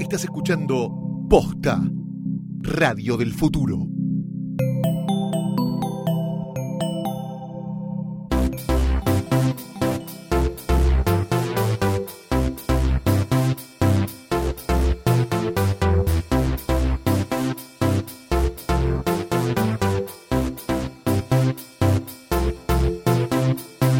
Estás escuchando Posta, Radio del Futuro.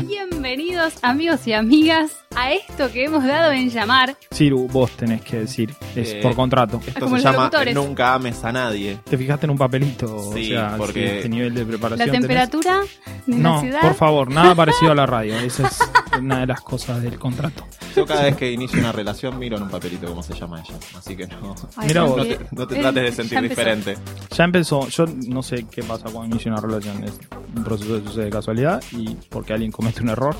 Bienvenidos amigos y amigas a esto que hemos dado en llamar Ciru, vos tenés que decir. Es Eh, por contrato. Esto Ah, como se los llama locutores. Nunca ames a nadie. Te fijaste en un papelito. Sí, o sea, porque- si este nivel de la preparación. tenés. temperatura de la No, ciudad. por favor, nada parecido a la radio. Esa es una de las cosas del contrato. Yo cada vez que inicio una relación miro en un papelito cómo se llama ella. Así que no, Ay, Mirá porque- no te, no te eh, trates de ya sentir empezó. diferente. Ya empezó. Yo no sé qué pasa cuando inicia una relación. Es un proceso que sucede de casualidad y porque alguien comete un error,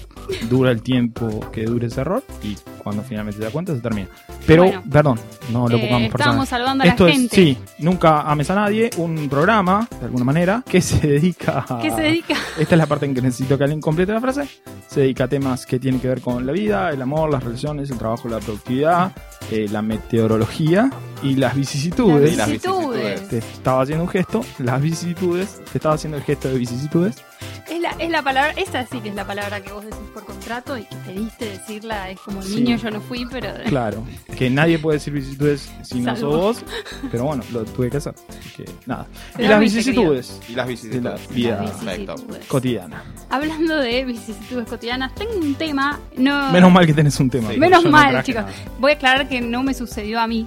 dura el tiempo que dure ese error y cuando finalmente se da cuenta se termina. Pero, Bueno. perdón, no lo Eh, ocupamos personal. estábamos salvando a la Esto es, gente sí, nunca ames a nadie, un programa, de alguna manera, que se dedica a... que se dedica Esta es la parte en que necesito que alguien complete la frase. Se dedica a temas que tienen que ver con la vida, el amor, las relaciones, el trabajo, la productividad, eh, la meteorología y las vicisitudes. Y las las vicisitudes. vicisitudes. Te estaba haciendo un gesto, las vicisitudes. Te estaba haciendo el gesto de vicisitudes. Es la, es la palabra, esa sí que es la palabra que vos decís por contrato y que te diste decirla, es como Sí. niño yo no fui, pero Claro, que nadie puede decir vicisitudes si no Salvo. sos vos. Pero bueno, lo tuve que hacer. así que nada. Te Y lo las admite, vicisitudes Y las de la vicisitudes. Las vida Perfecto. vicisitudes. cotidiana. Hablando de vicisitudes cotidianas, tengo un tema, no Menos mal que tenés un tema. Sí. porque Menos yo no mal, traje chicos. nada. voy a aclarar que no me sucedió a mí,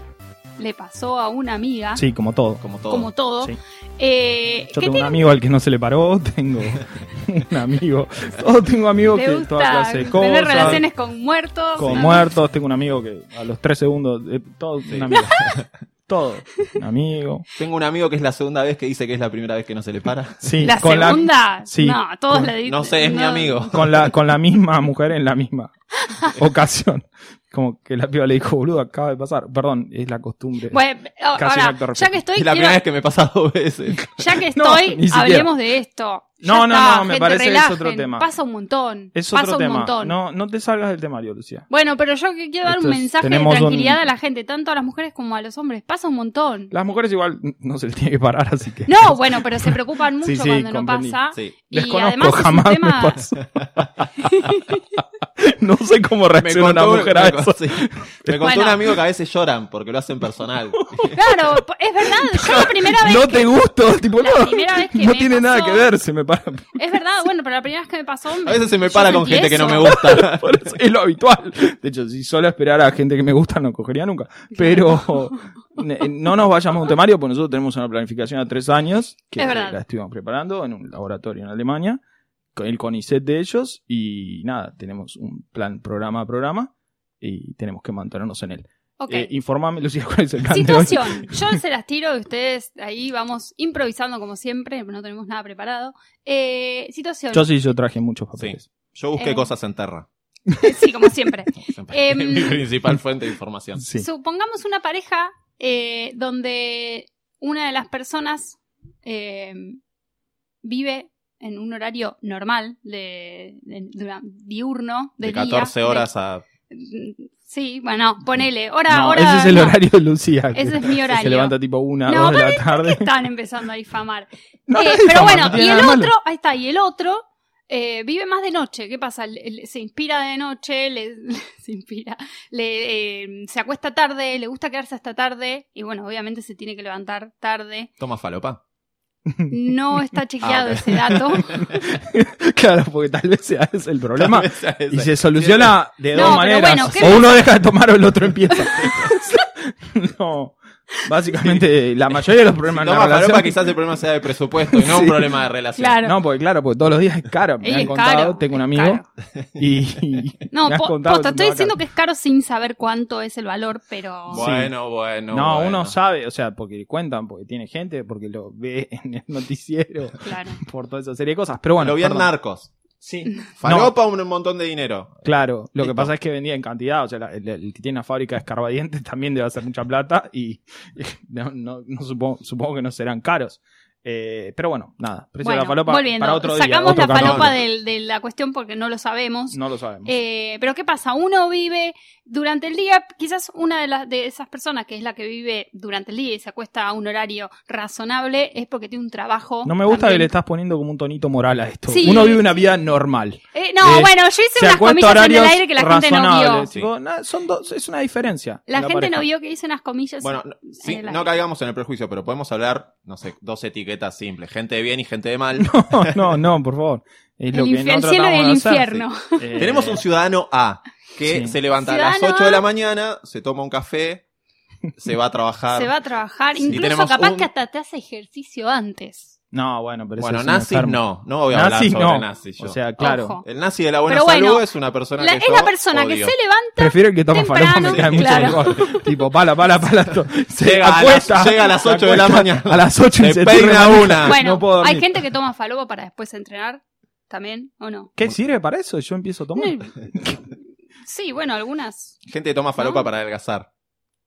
le pasó a una amiga, Sí, como todo. Como todo. como todo, Sí. eh, Yo que tengo un tiene amigo al que no se le paró, tengo un amigo, todos tengo amigos Le que toda gusta clase de tener eh, cosas, relaciones con muertos. con muertos, tengo un amigo que a los tres segundos, eh, todo un amigo, todo, un amigo, Tengo un amigo que es la segunda vez que dice que es la primera vez que no se le para. sí, La con segunda, sí, no, todos con- la di- No sé, es mi no- amigo. con la con la misma mujer en la misma ocasión, como que la piba le dijo, boludo, acaba de pasar, perdón, es la costumbre, Bueno, Casi ahora, un acto de ya que estoy, Es quiero- la primera vez que me pasa dos veces. ya que No, estoy, ni siquiera. hablemos de esto. Ya No, no, está, no, me gente, parece que es otro relajen, tema. Pasa un montón. es pasa otro un tema, montón. no no te salgas del temario, Lucía, Bueno, pero yo que quiero dar un Entonces, mensaje de tenemos un- tranquilidad a la gente, tanto a las mujeres como a los hombres. Pasa un montón. las mujeres igual no se les tiene que parar, así que No, bueno, pero se preocupan mucho Sí, sí, cuando no comprendí. pasa. Sí. Y Desconozco, además es un jamás tema... me pasó. no sé cómo reacciona una mujer a me eso. con- sí. Me contó Bueno. un amigo que a veces lloran porque lo hacen personal. Claro, po- es verdad. Yo la primera vez No que- te gusto, tipo, La no, primera vez que no me tiene nada pasó- que ver, se me para. Es verdad, bueno, pero la primera vez que me pasó... A veces se me yo para con sentí gente que no eso. me gusta. Por eso es lo habitual. De hecho, si solo esperara a gente que me gusta, no cogería nunca. Pero ne- no nos vayamos a un temario, porque nosotros tenemos una planificación a tres años que Es verdad. la estuvimos preparando en un laboratorio en Alemania, con el CONICET de ellos, y nada, tenemos un plan programa a programa y tenemos que mantenernos en él. Ok. Eh, informame, Lucía, cuál es el plan de hoy. Situación. Yo se las tiro y ustedes ahí vamos improvisando como siempre, no tenemos nada preparado. Eh, situación. Yo sí, yo traje muchos papeles. Yo busqué Eh. cosas en Terra. Sí, como siempre. Siempre. Em. Mi principal fuente de información. Sí. Supongamos una pareja eh, donde una de las personas eh, vive en un horario normal, de, de- de una- diurno, de, De día, 14 de- Mm, horas a... sí, bueno, ponele. Hora, No, hora. ese es el no, horario de Lucía. que Ese es mi Se horario. levanta tipo una, No, dos de la tarde. Están empezando a difamar. No, Eh, no es pero fama, bueno, no tiene y el nada de otro, malo. ahí está, y el otro eh, vive más de noche. ¿Qué pasa? El- el- se inspira de noche, le, se inspira, le, eh, se acuesta tarde, le gusta quedarse hasta tarde, y bueno, obviamente se tiene que levantar tarde. Toma falopa. No está chequeado Ah, ok. ese dato. Eh, Claro, porque tal vez sea ese el problema. Y se soluciona de No, dos pero maneras. bueno, ¿qué o uno deja de tomar o el otro empieza. no. Básicamente, la mayoría de los problemas en Si la toma falopa, relación... quizás el problema sea de presupuesto y no Sí. un problema de relación. Claro. No, porque claro, porque todos los días es caro. Me Y han es contado, caro, tengo un es amigo caro. y... No, me has po- contado posta, que se estoy me va diciendo caro. que es caro sin saber cuánto es el valor, pero. Bueno, Bueno, bueno. No, bueno. uno sabe, o sea, porque cuentan, porque tiene gente, porque lo ve en el noticiero, Claro. por toda esa serie de cosas. Pero bueno, Lo vi en perdón. Narcos. Sí. Falopa un montón de dinero. Claro, lo que Listo. pasa es que vendía en cantidad, o sea, la- el, el que tiene una fábrica de escarbadientes también debe hacer mucha plata y no, no- no supongo, supongo que no serán caros. Eh, pero bueno, nada. Precio de Bueno, la falopa volviendo, para otro día, sacamos otro la capítulo. palopa del- de la cuestión porque no lo sabemos. No lo sabemos. Eh, pero ¿qué pasa? Uno vive durante el día, quizás una de, las, de esas personas que es la que vive durante el día y se acuesta a un horario razonable es porque tiene un trabajo. no me gusta que también. le estás poniendo como un tonito moral a esto. Sí, Uno vive una sí. vida normal. Eh, no, Eh, bueno, yo hice Se unas acuesta comillas a en el horarios aire que la gente no vio. razonables. Tipo, na- son dos, es una diferencia. La, en gente pareja. no vio que hice unas comillas. Bueno, no- sí, el no aire. caigamos en el prejuicio, pero podemos hablar, no sé, dos etiquetas simples, gente de bien y gente de mal. No, no, por favor. Es lo el, que infie- no el cielo y tratamos el de hacer. infierno. Eh, Tenemos un ciudadano A que Sí. se levanta a las Ciudadano 8 de A. la mañana, se toma un café, se va a trabajar. Se va a trabajar. Sí. Y Incluso tenemos capaz un- que hasta te hace ejercicio antes. No, bueno, pero bueno, eso es un nazis enfermo. no, no voy a hablar Nazis sobre no. nazis. yo. O sea, claro. Ojo. el nazi de la buena Pero bueno, salud es una persona La- que es yo la persona que odio. se levanta. Prefiero el que toma Temprano, falopa, me cae mucho claro. mejor. Tipo, pala, pala, pala. to- Se Llega a las- acuesta. llega a las se 8 de la acuesta mañana. A las 8 y Se se peina tira una. Bueno, no puedo dormir. hay gente que toma falopa para después entrenar también, ¿o no? ¿Qué sirve para eso? Yo empiezo a tomar. Mm. Sí, bueno, algunas. Gente que toma falopa ¿No? para adelgazar.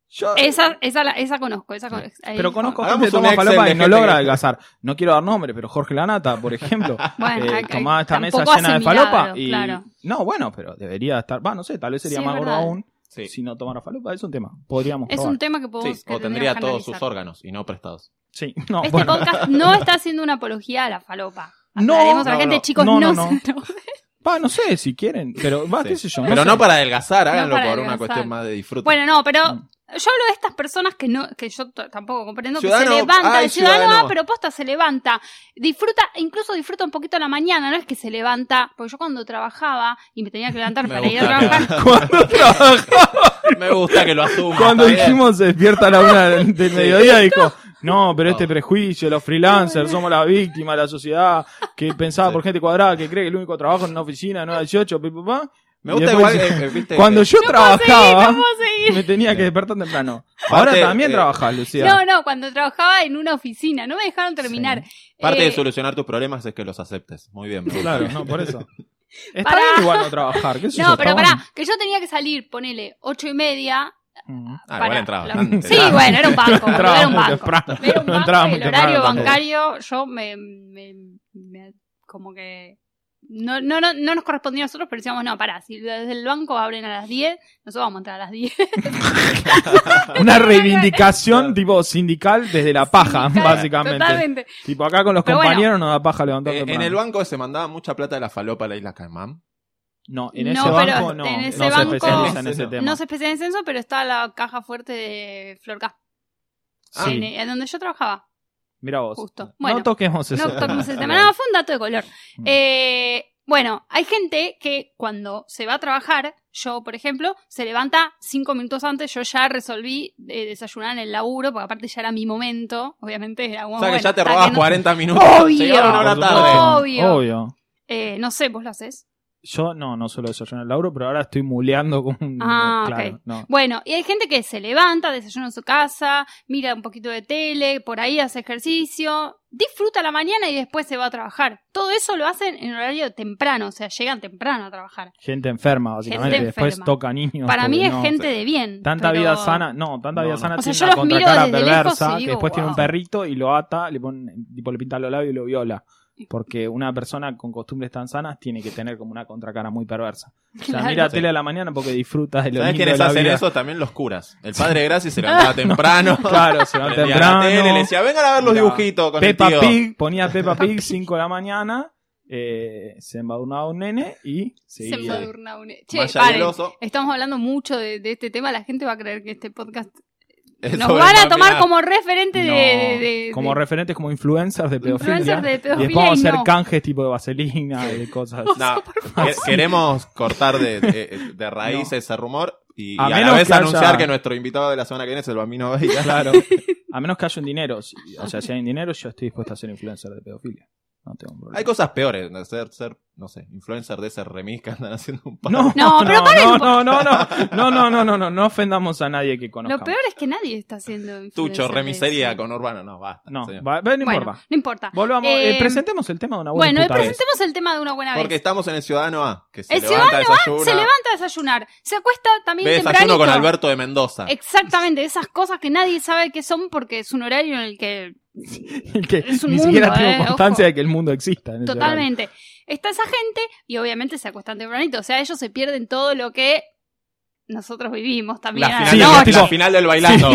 Yo- Esa, esa, la- esa conozco. Esa con- ahí- Pero conozco Hagamos gente que un toma Excel falopa de y no gente logra que- adelgazar. No quiero dar nombre, pero Jorge Lanata, por ejemplo. Bueno, eh, hay- hay- tomaba esta mesa tampoco llena de hace falopa milagro, y. claro. No, bueno, pero debería estar. Va, no sé, tal vez sería Sí, es más gordo verdad. aún Sí. si no tomara falopa. Es un tema. Podríamos Es probar. un tema que podemos. Sí, que o tendría tendríamos que todos sus analizar. órganos y no prestados. Sí, no, Este bueno. podcast no está haciendo una apología a la falopa. No, Aclaremos a la no, gente, no. chicos, No, no, no, se- no. Va, no sé si quieren, pero va, Ah, Sí. qué sé yo. Pero sé. no para adelgazar, No háganlo para por una adelgazar. cuestión más de disfrute. Bueno, no, pero yo Mm. hablo de estas personas que no que yo t- tampoco comprendo que Ciudadano, se levanta, ay, el ciudadano, ciudadano. ah, pero posta se levanta, disfruta, incluso disfruta un poquito la mañana, no es que se levanta, porque yo cuando trabajaba y me tenía que levantar Me para ir a gusta que- trabajar, Cuando trabajaba, Me gusta que lo asuma. cuando está bien. dijimos se despierta a la una del del mediodía, dijo, no, pero este No. prejuicio, los freelancers, somos la víctima, la sociedad, que pensaba Sí. por gente cuadrada, que cree que el único trabajo es en una oficina, no 18, pi, pi, pa. Me Y gusta después- igual, eh, eh, viste, Cuando eh, yo no puedo seguir, trabajaba, no puedo seguir. me tenía que Sí. despertar temprano. Ahora Aparte, también eh, trabajás, Lucía. No, no, cuando trabajaba en una oficina, no me dejaron terminar. Parte Eh, de solucionar tus problemas es que los aceptes. Muy bien. me gusta. Claro, no, por eso. Está Pará. bien igual no trabajar, qué sé yo, No, pero está pará, bueno. que yo tenía que salir, ponele, ocho y media. Mm. Ah, para igual entraba la- bastante. Sí, Ah, bueno, era un banco, boludo, Entraba era un muy banco. temprano. Era un No banco, entraba muy el temprano horario tampoco. bancario, yo me, me- me- como que no, no, no, no nos correspondía a nosotros, pero decíamos, no, pará, si desde el banco abren a las 10, nosotros vamos a entrar a las 10. Una reivindicación tipo sindical desde la paja, Sindical, básicamente. Totalmente. Tipo acá con los Pero bueno. compañeros nos da paja levantar Eh, en temprano. el banco se mandaba mucha plata de la falopa a la isla Caimán. No, No, en ese pero banco no. en ese no banco- se especializa en ese No tema. No se especializa en censo, pero está la caja fuerte de Flor Casp, Ah, Sí, en, en donde yo trabajaba. mira vos. Justo. Bueno, no toquemos eso. No toquemos el tema. No, fue un dato de color. Mm. Eh, bueno, hay gente que cuando se va a trabajar, yo por ejemplo, se levanta cinco minutos antes, yo ya resolví eh, desayunar en el laburo, porque aparte ya era mi momento, obviamente era O bueno. sea que ya te hasta robabas que no- 40 minutos. Obvio. Llegaron una hora Por tarde. supuesto. Obvio. Obvio. Eh, no sé, vos lo haces. Yo no, no suelo desayunar el lauro, pero ahora estoy muleando con un. Ah, claro, ok. no. Bueno, y hay gente que se levanta, desayuna en su casa, mira un poquito de tele, por ahí hace ejercicio, disfruta la mañana y después se va a trabajar. Todo eso lo hacen en horario temprano, o sea, llegan temprano a trabajar. Gente enferma, básicamente. Gente Después enferma. toca niños. Para mí porque es no- gente de bien. Tanta pero- vida sana, no, tanta No, vida no. sana O sea, tiene yo una los miro contracara desde lejos y perversa digo, que después tiene un "Wow". perrito y lo ata, le pone, tipo le pinta el labio y lo viola. Porque una persona con costumbres tan sanas tiene que tener como una contracara muy perversa. O sea, Claro. mira Sí. tele a la mañana porque disfrutas de lo ¿Sabes lindo quiénes de la hacen vida. eso? También los curas. El padre Graci se levantaba temprano. Claro, se van prendía la tele, le temprano. decía, vengan a ver los Mira, dibujitos con Peppa el tío. Pig, ponía Peppa Pig 5 de la mañana, eh, se embadurnaba un nene y Se seguía. embadurna un- Che, Maya paren, del oso. Estamos hablando mucho de, de este tema. La gente va a creer que este podcast Es nos sobre van a Pampinás. tomar como referente de, de- de- No, como de- referentes, como influencers de pedofilia. influencer de Y pedofilia. después vamos a hacer no. canjes tipo de vaselina y de cosas. No, Eh, que- queremos cortar de, de- de raíz No. ese rumor y, A y a la menos vez que anunciar haya- que nuestro invitado de la semana que viene es el Bambino Veiga. Claro. A menos que haya un dinero. Si- O sea, si hay un dinero, yo estoy dispuesto a ser influencer de pedofilia. No tengo un problema. Hay cosas peores, ¿no? ser, ser, no sé, influencer de ese remix que andan haciendo un par. No, No, pero paren no, un no, no, no, no, no, no, no, no, no ofendamos a nadie que conozca. Lo peor es que nadie está haciendo. influencer Tucho, de remisería eso. con Urbano, no, basta. No, señor. va, va, no Bueno, importa. no importa. Volvamos, eh, Eh, presentemos el tema de una buena Bueno, puta vez. presentemos el tema de una buena Porque vez. estamos en el Ciudadano A, que se El levanta, desayuna, Se levanta a desayunar, se acuesta también ve desayuno tempranito. con Alberto de Mendoza. Exactamente, esas cosas que nadie sabe qué son porque es un horario en el que El que Es un ni mundo, siquiera tengo eh, constancia ojo. de que el mundo exista. en ese horario. Totalmente. Está esa gente y obviamente se acuestan tempranito. O sea, ellos se pierden todo lo que nosotros vivimos también. La a la final, no, la tipo- final del bailando.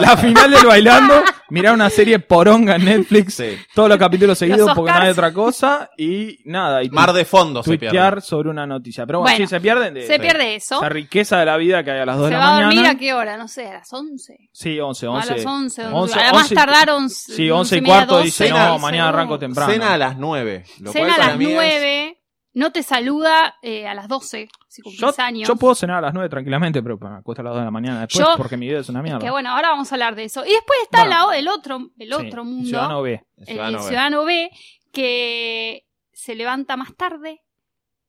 La final del bailando, mirar una serie poronga en Netflix, eh, Sí. todos los capítulos seguidos porque no hay Oscars. otra cosa y nada. Y Mar de fondo se pierde. tuitear sobre una noticia. Pero bueno, Bueno, sí, se pierden eh, de Se pierde eso. esa riqueza de la vida que hay a las 2 Se de la va a mañana. dormir a qué hora, no sé, a las 11. Sí, 11, A 11. las 11, 11, a más 11, tardar 11. Sí, 11 y media, cuarto 12, dice, cena- no, mañana arranco temprano. Cena a las 9. Lo cual Cena a para las mí es- 9, no te saluda eh, a las 12, si yo, cumplís años. yo puedo cenar a las 9 tranquilamente, pero me acuesto a las 2 de la mañana después Yo- porque mi vida es una mierda. Que bueno, ahora vamos a hablar de eso. Y después está Bueno. la o- el otro, el Sí, otro mundo, Ciudadano B. El el el ciudadano B. Eh, ciudadano B, que se levanta más tarde,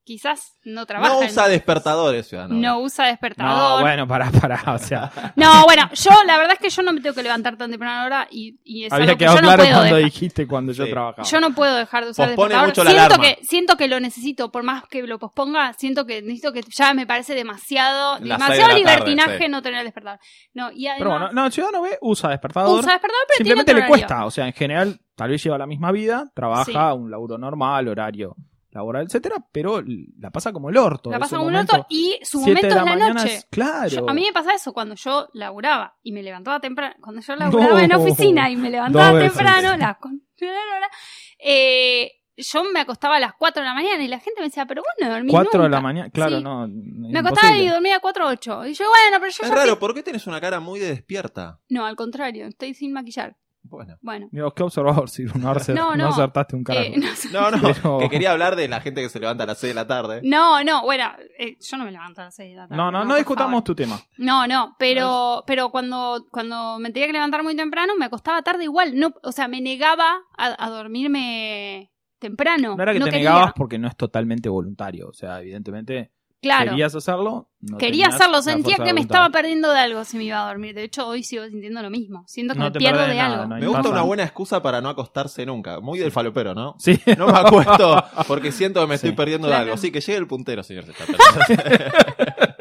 quizás no trabaja. No en- usa despertadores, ciudadano. no usa No, despertador. bueno, pará, pará. O sea, No, bueno, yo la verdad es que yo no me tengo que levantar tan temprano ahora y, y es algo había que yo quedado no claro puedo cuando dejar. dijiste cuando yo Sí. trabajaba. Yo no puedo dejar de usar Pospone despertador. mucho la siento alarma. que siento que lo necesito, por más que lo posponga, siento que necesito que ya me parece demasiado Las demasiado seis de la tarde, libertinaje sí. no tener el despertador. No, y además pero bueno, no, Ciudadano B usa despertador. usa despertador, pero tiene simplemente otro le horario. cuesta. O sea, en general, tal vez lleva la misma vida, trabaja un laburo normal, horario laboral, etcétera, pero la pasa como el orto. La Es pasa un un momento- rato y su siete momento de es la la mañana noche. es- claro. Yo- a mí me pasa eso cuando yo laburaba y me levantaba temprano. Cuando yo laburaba en No. oficina y me Dos levantaba veces. temprano, la con- eh, yo me acostaba a las 4 de la mañana y la gente me decía, pero vos no dormís. 4 de la nunca". mañana, claro, Sí. no. Me acostaba y dormía a 4 8. Y yo, bueno, pero yo Es ya raro, ¿por qué tenés una cara muy de despierta? No, al contrario, estoy sin maquillar. Bueno. Bueno. Digo, qué observador, si no, acer- No, no, no. acertaste un carajo. eh, no, sé. No, no, Pero- que quería hablar de la gente que se levanta a las 6 de la tarde. no, no, bueno, eh, yo no me levanto a las 6 de la tarde. no, no, no por discutamos favor. tu tema. No, no, pero, pero cuando, cuando me tenía que levantar muy temprano, me acostaba tarde igual. No, o sea, me negaba a, a dormirme temprano. No era que te quería. negabas porque no es totalmente voluntario. O sea, evidentemente, Claro. Quería, querías hacerlo. no tenías hacerlo, la sentía fuerza de que me voluntad. estaba perdiendo de algo si me iba a dormir. De hecho, hoy sigo sintiendo lo mismo. Siento que No me te pierdo perdés de nada, algo. no hay- Me gusta pasa. una buena excusa para no acostarse nunca. Muy del falopero, ¿no? Sí, No me acuesto porque siento que me estoy Sí. perdiendo de Claro. algo. Así que llegue el puntero, señor.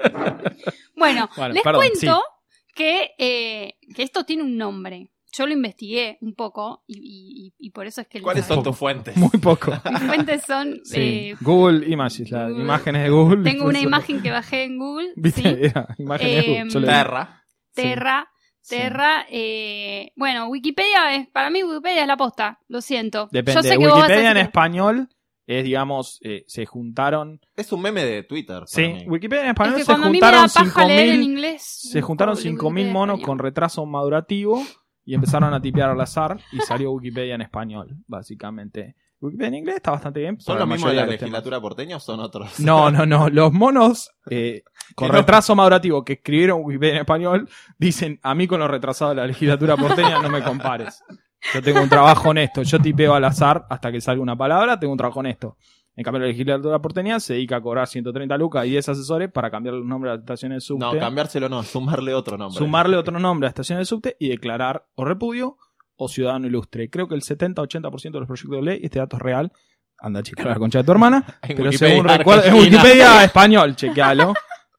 Bueno, Bueno, les perdón, cuento que, eh, que esto tiene un nombre. Yo lo investigué un poco y, y- y- y por eso es que... lo ¿Cuáles son sabía. tus fuentes? muy poco. Mis fuentes son... Sí. eh, Google Images, las Google. imágenes de Google. tengo una Puso- imagen que bajé en Google. ¿Viste? eh, sí. Era imágenes de Google. Yo le- Terra. sí, Terra. sí. Terra, eh, bueno, Wikipedia es, para mí Wikipedia es la posta, lo siento. Depende. Yo sé que vos vas a Wikipedia decir en que- español es, digamos, eh, se juntaron. Es un meme de Twitter. para Sí, mí. Wikipedia en es español que se cuando a mí me da juntaron paja leer en 5000 inglés. Se juntaron busco 5.000 Wikipedia monos en con español. retraso madurativo y empezaron a tipear al azar y salió Wikipedia en español, básicamente. Wikipedia en inglés está bastante bien. ¿Son para los la mismos de mayoría la los temas. legislatura porteña o son otros? No, no, no. Los monos eh, con Que no- retraso madurativo que escribieron Wikipedia en español dicen, a mí con los retrasados de la legislatura porteña no me compares. Yo tengo un trabajo honesto. Yo tipeo al azar hasta que salga una palabra, tengo un trabajo honesto. En cambio, la legislatura porteña se dedica a cobrar 130 lucas y 10 asesores para cambiar los nombres de las estaciones de subte. No, cambiárselo no, sumarle otro nombre. sumarle otro nombre a estaciones de subte y declarar o repudio o ciudadano ilustre. Creo que el 70-80% de los proyectos de ley, este dato es real, anda a checar la concha de tu hermana, En pero Wikipedia según recuerdo, en Argentina. Wikipedia español, chequealo.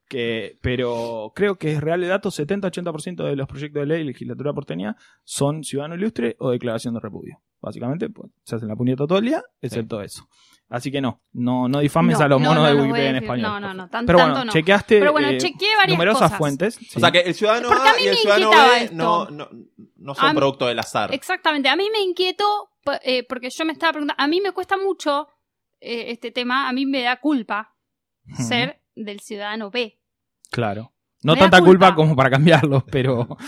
Que, pero creo que es real el dato, 70-80% de los proyectos de ley y legislatura porteña son ciudadano ilustre o declaración de repudio. Básicamente, pues, se hacen la puñeta todo el día, excepto eso. Así que no, no, no difames No, a los no, monos no de los voy a Wikipedia en decir. español. No, no, no, tan- Pero bueno, tanto no. chequeaste Pero bueno, eh, chequeé varias numerosas cosas. fuentes. O sí. sea que el ciudadano Porque a A mí y el me ciudadano inquietaba B esto. no, no, no son Am- producto del azar. Exactamente, a mí me inquietó p- eh, porque yo me estaba preguntando, a mí me cuesta mucho eh, este tema, a mí me da culpa Ujú. ser del ciudadano B. Claro. No Me da tanta culpa. culpa. como para cambiarlo, pero Como,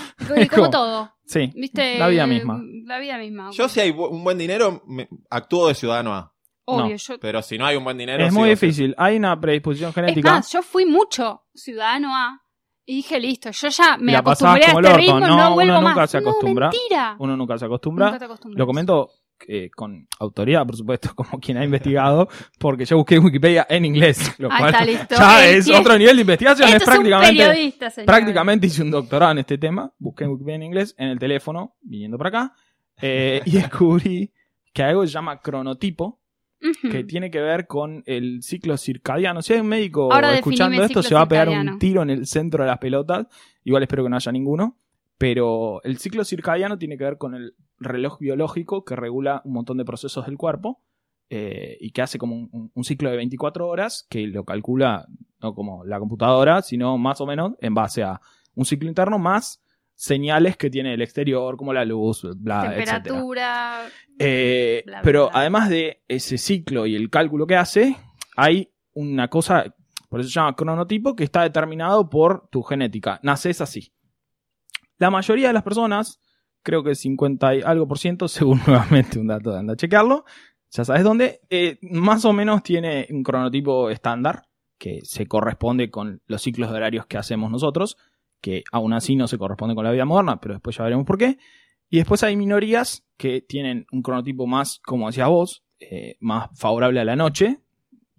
Como- todo, sí. ¿viste? La vida Eh, misma. La vida misma. Yo si hay bu- un buen dinero, me- actúo de ciudadano A. Obvio, no. yo... Pero si no hay un buen dinero... Es sigo muy siendo- difícil. Hay una predisposición Es genética. más, yo fui mucho ciudadano A y dije, listo, yo ya Y me la acostumbré a pasabas como este el orto. ritmo, No, no, uno vuelvo nunca más. se acostumbra. No, mentira. Uno nunca se acostumbra. Nunca te acostumbras. Lo comento eh, con autoridad, por supuesto, como quien ha investigado, porque yo busqué Wikipedia en inglés. Lo Ahí cual está, listo. ya Eh, es tiene- otro nivel de investigación. Esto es es un prácticamente periodista, señor. prácticamente hice un doctorado en este tema. Busqué en Wikipedia en inglés, en el teléfono, viniendo para acá, eh, y descubrí que hay algo que se llama cronotipo, Ujú. que tiene que ver con el ciclo circadiano. Si hay un médico Ahora definime escuchando esto, ciclo se va a pegar circadiano. un tiro en el centro de las pelotas. Igual espero que no haya ninguno. Pero el ciclo circadiano tiene que ver con el reloj biológico que regula un montón de procesos del cuerpo eh, y que hace como un- un, un ciclo de 24 horas que lo calcula no como la computadora, sino más o menos en base a un ciclo interno más señales que tiene el exterior, como la luz, bla, ah, etcétera. Temperatura. Eh, Bla, bla, pero bla. además de ese ciclo y el cálculo que hace, hay una cosa, por eso se llama cronotipo, que está determinado por tu genética. Naces así. La mayoría de las personas, creo que 50 y algo por ciento, según nuevamente un dato de anda a checarlo, ya sabes dónde, eh, más o menos tiene un cronotipo estándar que se corresponde con los ciclos de horarios que hacemos nosotros, que aún así no se corresponde con la vida moderna, pero después ya veremos por qué. Y después hay minorías que tienen un cronotipo más, como decías vos, eh, más favorable a la noche,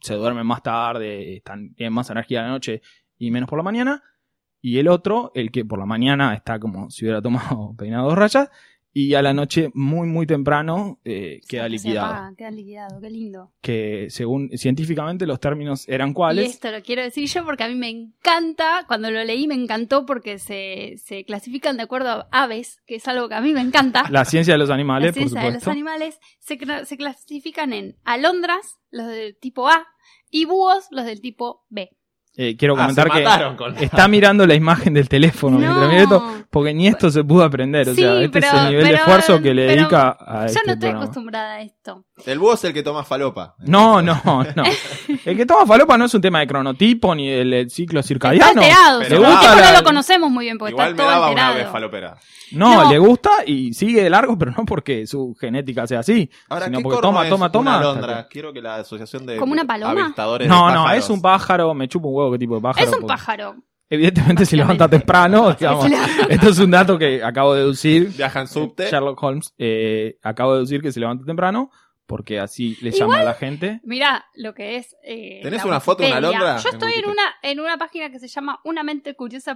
se duermen más tarde, están, tienen más energía a la noche y menos por la mañana. Y el otro, el que por la mañana está como si hubiera tomado peinado dos rayas, y a la noche muy muy temprano eh, queda se liquidado apaga, queda liquidado, qué lindo. que según científicamente los términos eran Y cuáles. esto lo quiero decir yo porque a mí me encanta, cuando lo leí me encantó porque se, se clasifican de acuerdo a aves, que es algo que a mí me encanta. La ciencia de los La animales, por ciencia de los supuesto. animales se, cla- se clasifican en alondras, los del tipo A, y búhos, los del tipo B. Eh, quiero Ah, se comentar que mataron con la- está mirando la imagen del teléfono mientras mira esto, porque ni esto se pudo aprender. O Sí, sea, este es pero- el nivel de pero- um, esfuerzo que le pero dedica a yo este no estoy programa. acostumbrada a esto. El búho es el que toma falopa. No, no, no. El que toma falopa no es un tema de cronotipo ni del del ciclo Está circadiano. alterado. Pero según va. tipo La- no lo conocemos muy bien porque Igual me está todo daba una vez alterado. falopera. No, No. le gusta y sigue de largo, pero no porque su genética sea así. Ahora, sino ¿qué porque corno toma, es toma, toma. Una hasta alondra. que- Quiero que la asociación de ¿Como una paloma? avistadores de No, no, pájaros. es un pájaro, me chupa un huevo qué tipo de pájaro. Es un porque- pájaro. Evidentemente se levanta temprano, digamos. Se levanta- Esto es un dato que acabo de deducir. Viaja en subte. Sherlock Holmes, eh, acabo de deducir que se levanta temprano porque así le llama a la gente. Mirá lo que es. eh, ¿Tenés la una foto de una Wikipedia. alondra Yo en estoy en, Wikipedia? una, en una página que se llama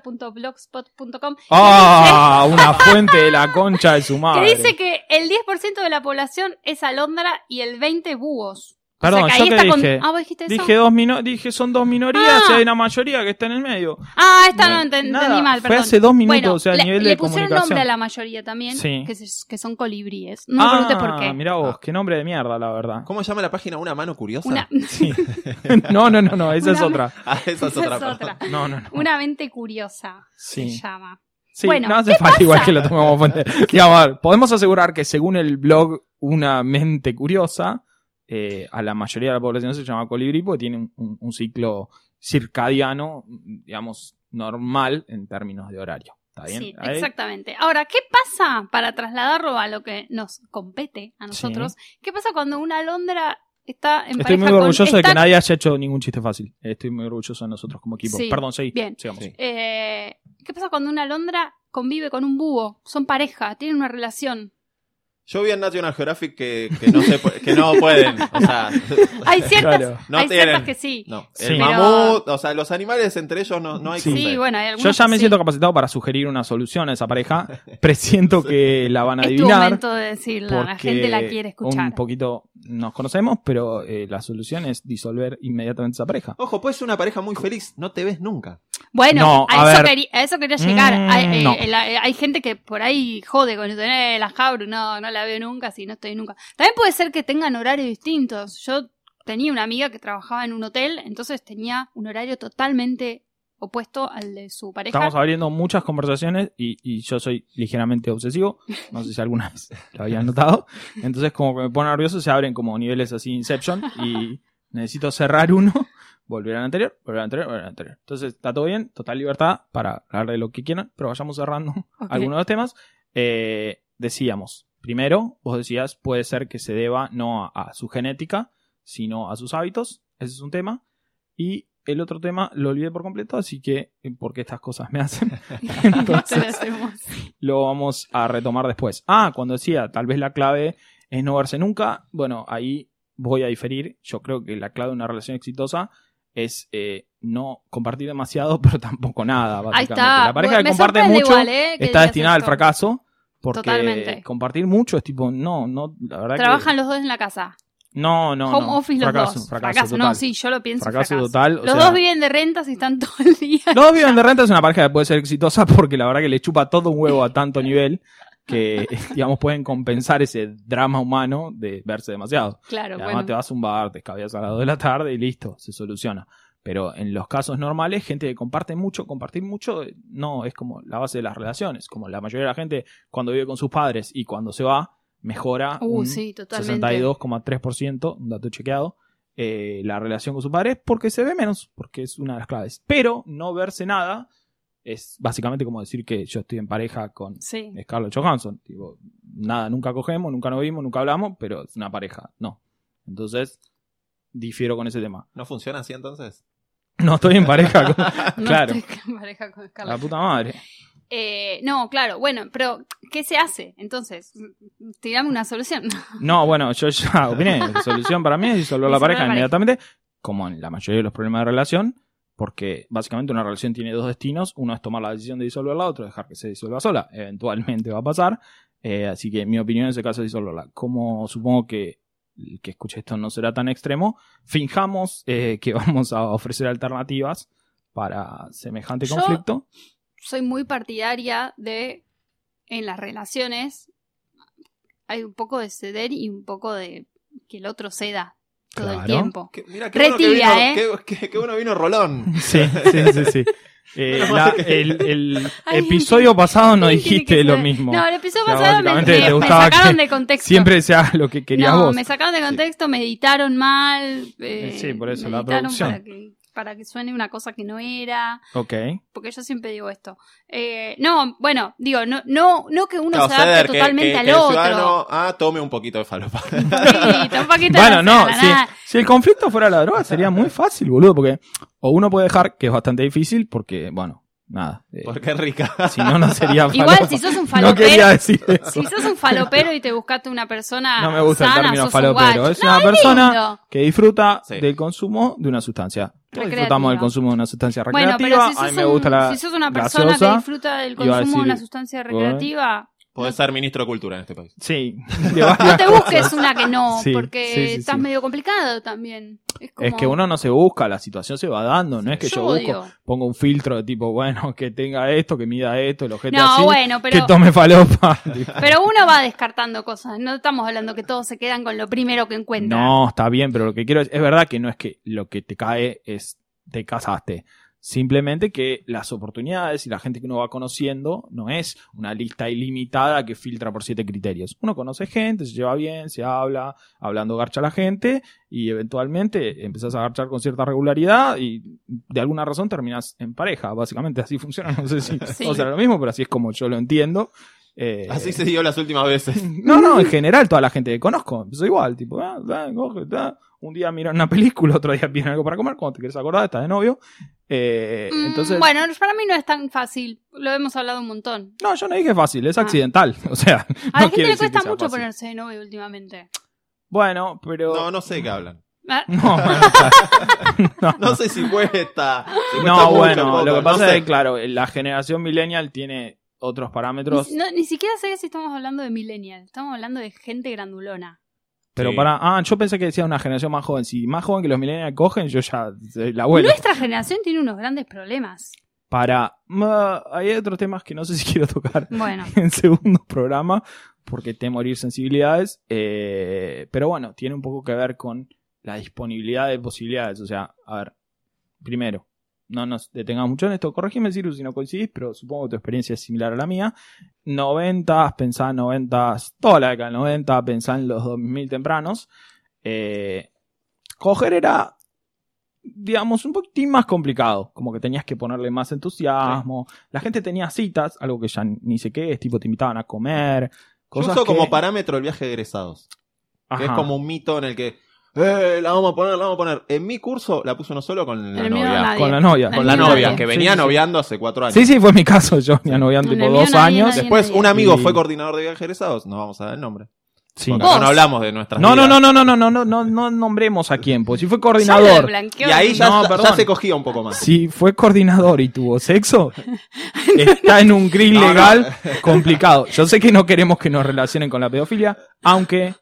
unamenteCuriosa.blogspot.com ¡Ah! Una fuente de la concha de su que madre. dice que el 10% de la población es alondra y el 20% búhos. O sea Perdón, que ¿yo ahí qué está con- dije? Ah, vos dijiste eso. Dije, dos mino- dije, son dos minorías Ah. y hay una mayoría que está en el medio. Ah, esta no ent- Nada, entendí mal, fue perdón. hace dos minutos, o sea, le, nivel le de pusieron comunicación. nombre a la mayoría también, Sí. que, se- que son colibríes. No me preguntes por Ah, qué. Mirá vos, qué nombre de mierda, la verdad. ¿Cómo llama la página? ¿Una mano curiosa? Una, Sí. no, no, no, no, esa es Una- otra. Ah, esa es esa otra. es otra. No, no, no. Una mente curiosa Sí. se llama. Sí, Bueno, no hace ¿qué falta pasa? igual que lo tomemos fuente. Digamos, a ver, podemos asegurar que según el blog Una Mente Curiosa, eh, a la mayoría de la población se llama colibrí porque tiene un, un- un ciclo circadiano, digamos, normal en términos de horario. ¿Está bien? Sí, Ahí. exactamente. Ahora, ¿qué pasa para trasladarlo a lo que nos compete a nosotros? ¿Qué pasa cuando una alondra está en Estoy pareja muy con- orgulloso de está- que nadie haya hecho ningún chiste fácil. Estoy muy orgulloso de nosotros como equipo. Sí, Perdón, seguí. bien. Sigamos. Sí. eh, ¿Qué pasa cuando una alondra convive con un búho? Son pareja, tienen una relación. Yo vi en National Geographic que, que no, se, pu- que no pueden. O sea, Hay ciertas, Claro. No hay tienen. ciertas que sí. no. Sí. El mamut, o sea, los animales entre ellos no, no hay Sí. Sí, cruce. bueno, hay Yo algunos ya me que siento sí. capacitado para sugerir una solución a esa pareja. Presiento que la van a Es tu adivinar. momento de decirla, porque la gente la quiere escuchar. Un poquito nos conocemos, pero eh, la solución es disolver inmediatamente esa pareja. Ojo, puede ser una pareja muy feliz. No te ves nunca. No, Bueno, a, a eso ver. quería, a eso quería llegar. Mm, hay, eh, no. el- eh, hay gente que por ahí jode con el eh, la Jabru, no, no la veo nunca, si no estoy nunca. También puede ser que tengan horarios distintos. Yo tenía una amiga que trabajaba en un hotel, entonces tenía un horario totalmente opuesto al de su pareja. Estamos abriendo muchas conversaciones y, y yo soy ligeramente obsesivo. No sé si alguna vez lo habían notado. Entonces, como que me pone nervioso, se abren como niveles así Inception y necesito cerrar uno, volver al anterior, volver al anterior, volver al anterior. Entonces, está todo bien, total libertad para hablar de lo que quieran, pero vayamos cerrando Ok. algunos de los temas. Eh, decíamos, primero, vos decías, puede ser que se deba no a, a su genética, sino a sus hábitos. Ese es un tema. Y el otro tema lo olvidé por completo, así que, eh, porque estas cosas me hacen, Entonces lo hacemos. lo vamos a retomar después. Ah, cuando decía, tal vez la clave es no verse nunca, bueno, ahí voy a diferir. Yo creo que la clave de una relación exitosa es eh, no compartir demasiado, pero tampoco nada, Ahí básicamente. está. La pareja Bueno, que me comparte sorprende mucho igual, eh, que está digas destinada al esto. fracaso. Porque Totalmente. compartir mucho es tipo, no, no, la verdad Trabajan los dos en la casa. que. No, no, Home no. office los fracaso, dos. Fracaso, no, total. sí, yo lo pienso. Fracaso Fracaso, total, o Los sea- dos viven de rentas y están todo el día. Los dos viven de renta es una pareja que puede ser exitosa porque la verdad que le chupa todo un huevo a tanto nivel que, digamos, pueden compensar ese drama humano de verse demasiado. Claro, Y además bueno. te vas a un bar, te escabías a las 2 de la tarde y listo, se soluciona. Pero en los casos normales, gente que comparte mucho, compartir mucho, eh, no, es como la base de las relaciones. Como la mayoría de la gente cuando vive con sus padres y cuando se va, mejora Uh, un sí, totalmente. 62,3%, un dato chequeado, eh, la relación con sus padres porque se ve menos, porque es una de las claves. Pero no verse nada es básicamente como decir que yo estoy en pareja con Sí. Scarlett Johansson. Tipo, nada, nunca cogemos, nunca nos vimos, nunca hablamos, pero es una pareja. No. Entonces, difiero con ese tema. ¿No funciona así entonces? No estoy en pareja. con- No claro. estoy en pareja con Scarlett. La puta madre. Eh, no, claro, bueno, pero ¿qué se hace? Entonces, tirame una solución. No, bueno, yo ya opiné. La solución para mí es disolver la Disolver la pareja pareja. inmediatamente, como en la mayoría de los problemas de relación, porque básicamente una relación tiene dos destinos. Uno es tomar la decisión de disolverla, otro es dejar que se disuelva sola. Eventualmente va a pasar. Eh, así que mi opinión en ese caso es disolverla. Como supongo que el que escuche esto no será tan extremo, finjamos eh, que vamos a ofrecer alternativas para semejante Yo- conflicto. Soy muy partidaria de, en las relaciones, hay un poco de ceder y un poco de que el otro ceda todo el Claro. tiempo. Qué- mira, Re que tibia, vino, qué- qué- qué bueno vino Rolón. Sí, sí, sí, sí. Eh, Menos la- mal que- el el Alguien episodio pasado no Alguien tiene dijiste que lo ceder. mismo. No, el episodio Ya, pasado me, básicamente me- te me gustaba sacaron que de contexto. Siempre sea lo que querías no, vos. me sacaron de contexto, me editaron mal. eh, Sí, por eso me la editaron producción. Para que, para que suene una cosa que no era. Ok. porque yo siempre digo esto. Eh, no, bueno, digo, no, no, no que uno Claro, se adapte ceder, que- totalmente que- al que el otro. ciudadano, ah, tome un poquito de falopa. Sí, tampoco está Bueno, no, nada, si, nada. si el conflicto fuera la droga sería muy fácil, boludo, porque o uno puede dejar, que es bastante difícil, porque, bueno, nada. eh, Porque es rica. si no, no sería Igual, falopa. si sos un No falopero, quería decir eso. si sos un falopero y te buscaste una persona No me gusta el sana, término sos un falopero. guacho. Es No, una persona lindo. que disfruta Sí. del consumo de una sustancia. Todos Recreativa. disfrutamos del consumo de una sustancia Bueno, recreativa. pero si A sos, mí me un- gusta la si sos una persona que gaseosa, disfruta del iba a consumo de decir, una sustancia recreativa, Podés ser ministro de cultura en este país. Sí. de varias no te cosas. busques una que no, Sí, porque sí, sí, estás sí. medio complicado también. Es, como, Es que uno no se busca, la situación se va dando, no es que yo, yo busco, odio. pongo un filtro de tipo, bueno, que tenga esto, que mida esto, el objeto No, así, bueno, pero... que tome falopa. Tipo, Pero uno va descartando cosas, no estamos hablando que todos se quedan con lo primero que encuentran. no, está bien, pero lo que quiero es, es verdad que no es que lo que te cae es, te casaste. Simplemente que las oportunidades y la gente que uno va conociendo no es una lista ilimitada que filtra por siete criterios. Uno conoce gente, se lleva bien, se habla, hablando garcha la gente y eventualmente empezás a garchar con cierta regularidad y de alguna razón terminás en pareja. Básicamente así funciona. No sé si Sí. o sea lo mismo, pero así es como yo lo entiendo. Eh, Así se dio las últimas veces. no, no, en general toda la gente que conozco. Soy igual, tipo, ah, da, coge, da. un día miran una película, otro día piden algo para comer, cuando te quieres acordar, estás de novio. Eh, Mm, entonces, Bueno, para mí no es tan fácil, lo hemos hablado un montón. no, yo no dije fácil, es Ah. accidental. O sea, A la no gente quiere le decir que cuesta sea mucho fácil. ponerse de novio últimamente. Bueno, pero... No, no sé de qué hablan. Ah, No, bueno, está- No sé si cuesta. si cuesta no, mucho, bueno, poco, lo que no pasa sé. es que, claro, la generación millennial tiene otros parámetros. ni, no, ni siquiera sé si estamos hablando de millennial, estamos hablando de gente grandulona. Pero Sí. para... Ah, yo pensé que decía una generación más joven. Si más joven que los millennials cogen, yo ya... soy La abuela. Nuestra generación tiene unos grandes problemas. Para... Ma, hay otros temas que no sé si quiero tocar. Bueno, en segundo programa porque temo morir sensibilidades. eh, pero bueno, tiene un poco que ver con la disponibilidad de posibilidades. O sea, a ver, primero, no nos detengamos mucho en esto. Corregime, Cyrus, si no coincidís, pero supongo que tu experiencia es similar a la mía. 90, pensá en 90, toda la década del 90, pensá en los 2000 tempranos. Eh, coger era, digamos, un poquitín más complicado. Como que tenías que ponerle más entusiasmo. La gente tenía citas, algo que ya ni sé qué es, tipo te invitaban a comer. Yo Cosas uso que- como parámetro el viaje de egresados. Que es Ajá. como un mito en el que. Eh, la vamos a poner, la vamos a poner. En mi curso la puso uno solo con la el mío novia. nadie. Con la novia. Con la El mío novia, nadie. que venía Sí, sí, sí. noviando hace cuatro años. Sí, sí, fue mi caso. Yo ya noviando En el tipo mío dos nadie, años. nadie. Después un amigo Y- fue coordinador de viajes egresados. No vamos a dar el nombre. Sí. Porque Vos. acá no hablamos de nuestras No, no, vidas. no, no, no, no, no, no, no, no nombremos a quién. Pues si fue ya lo coordinador, blanqueó. Y ahí ya, No, ya perdón. se cogía un poco más. si fue coordinador y tuvo sexo, está en un gris No, no. legal complicado. Yo sé que no queremos que nos relacionen con la pedofilia, aunque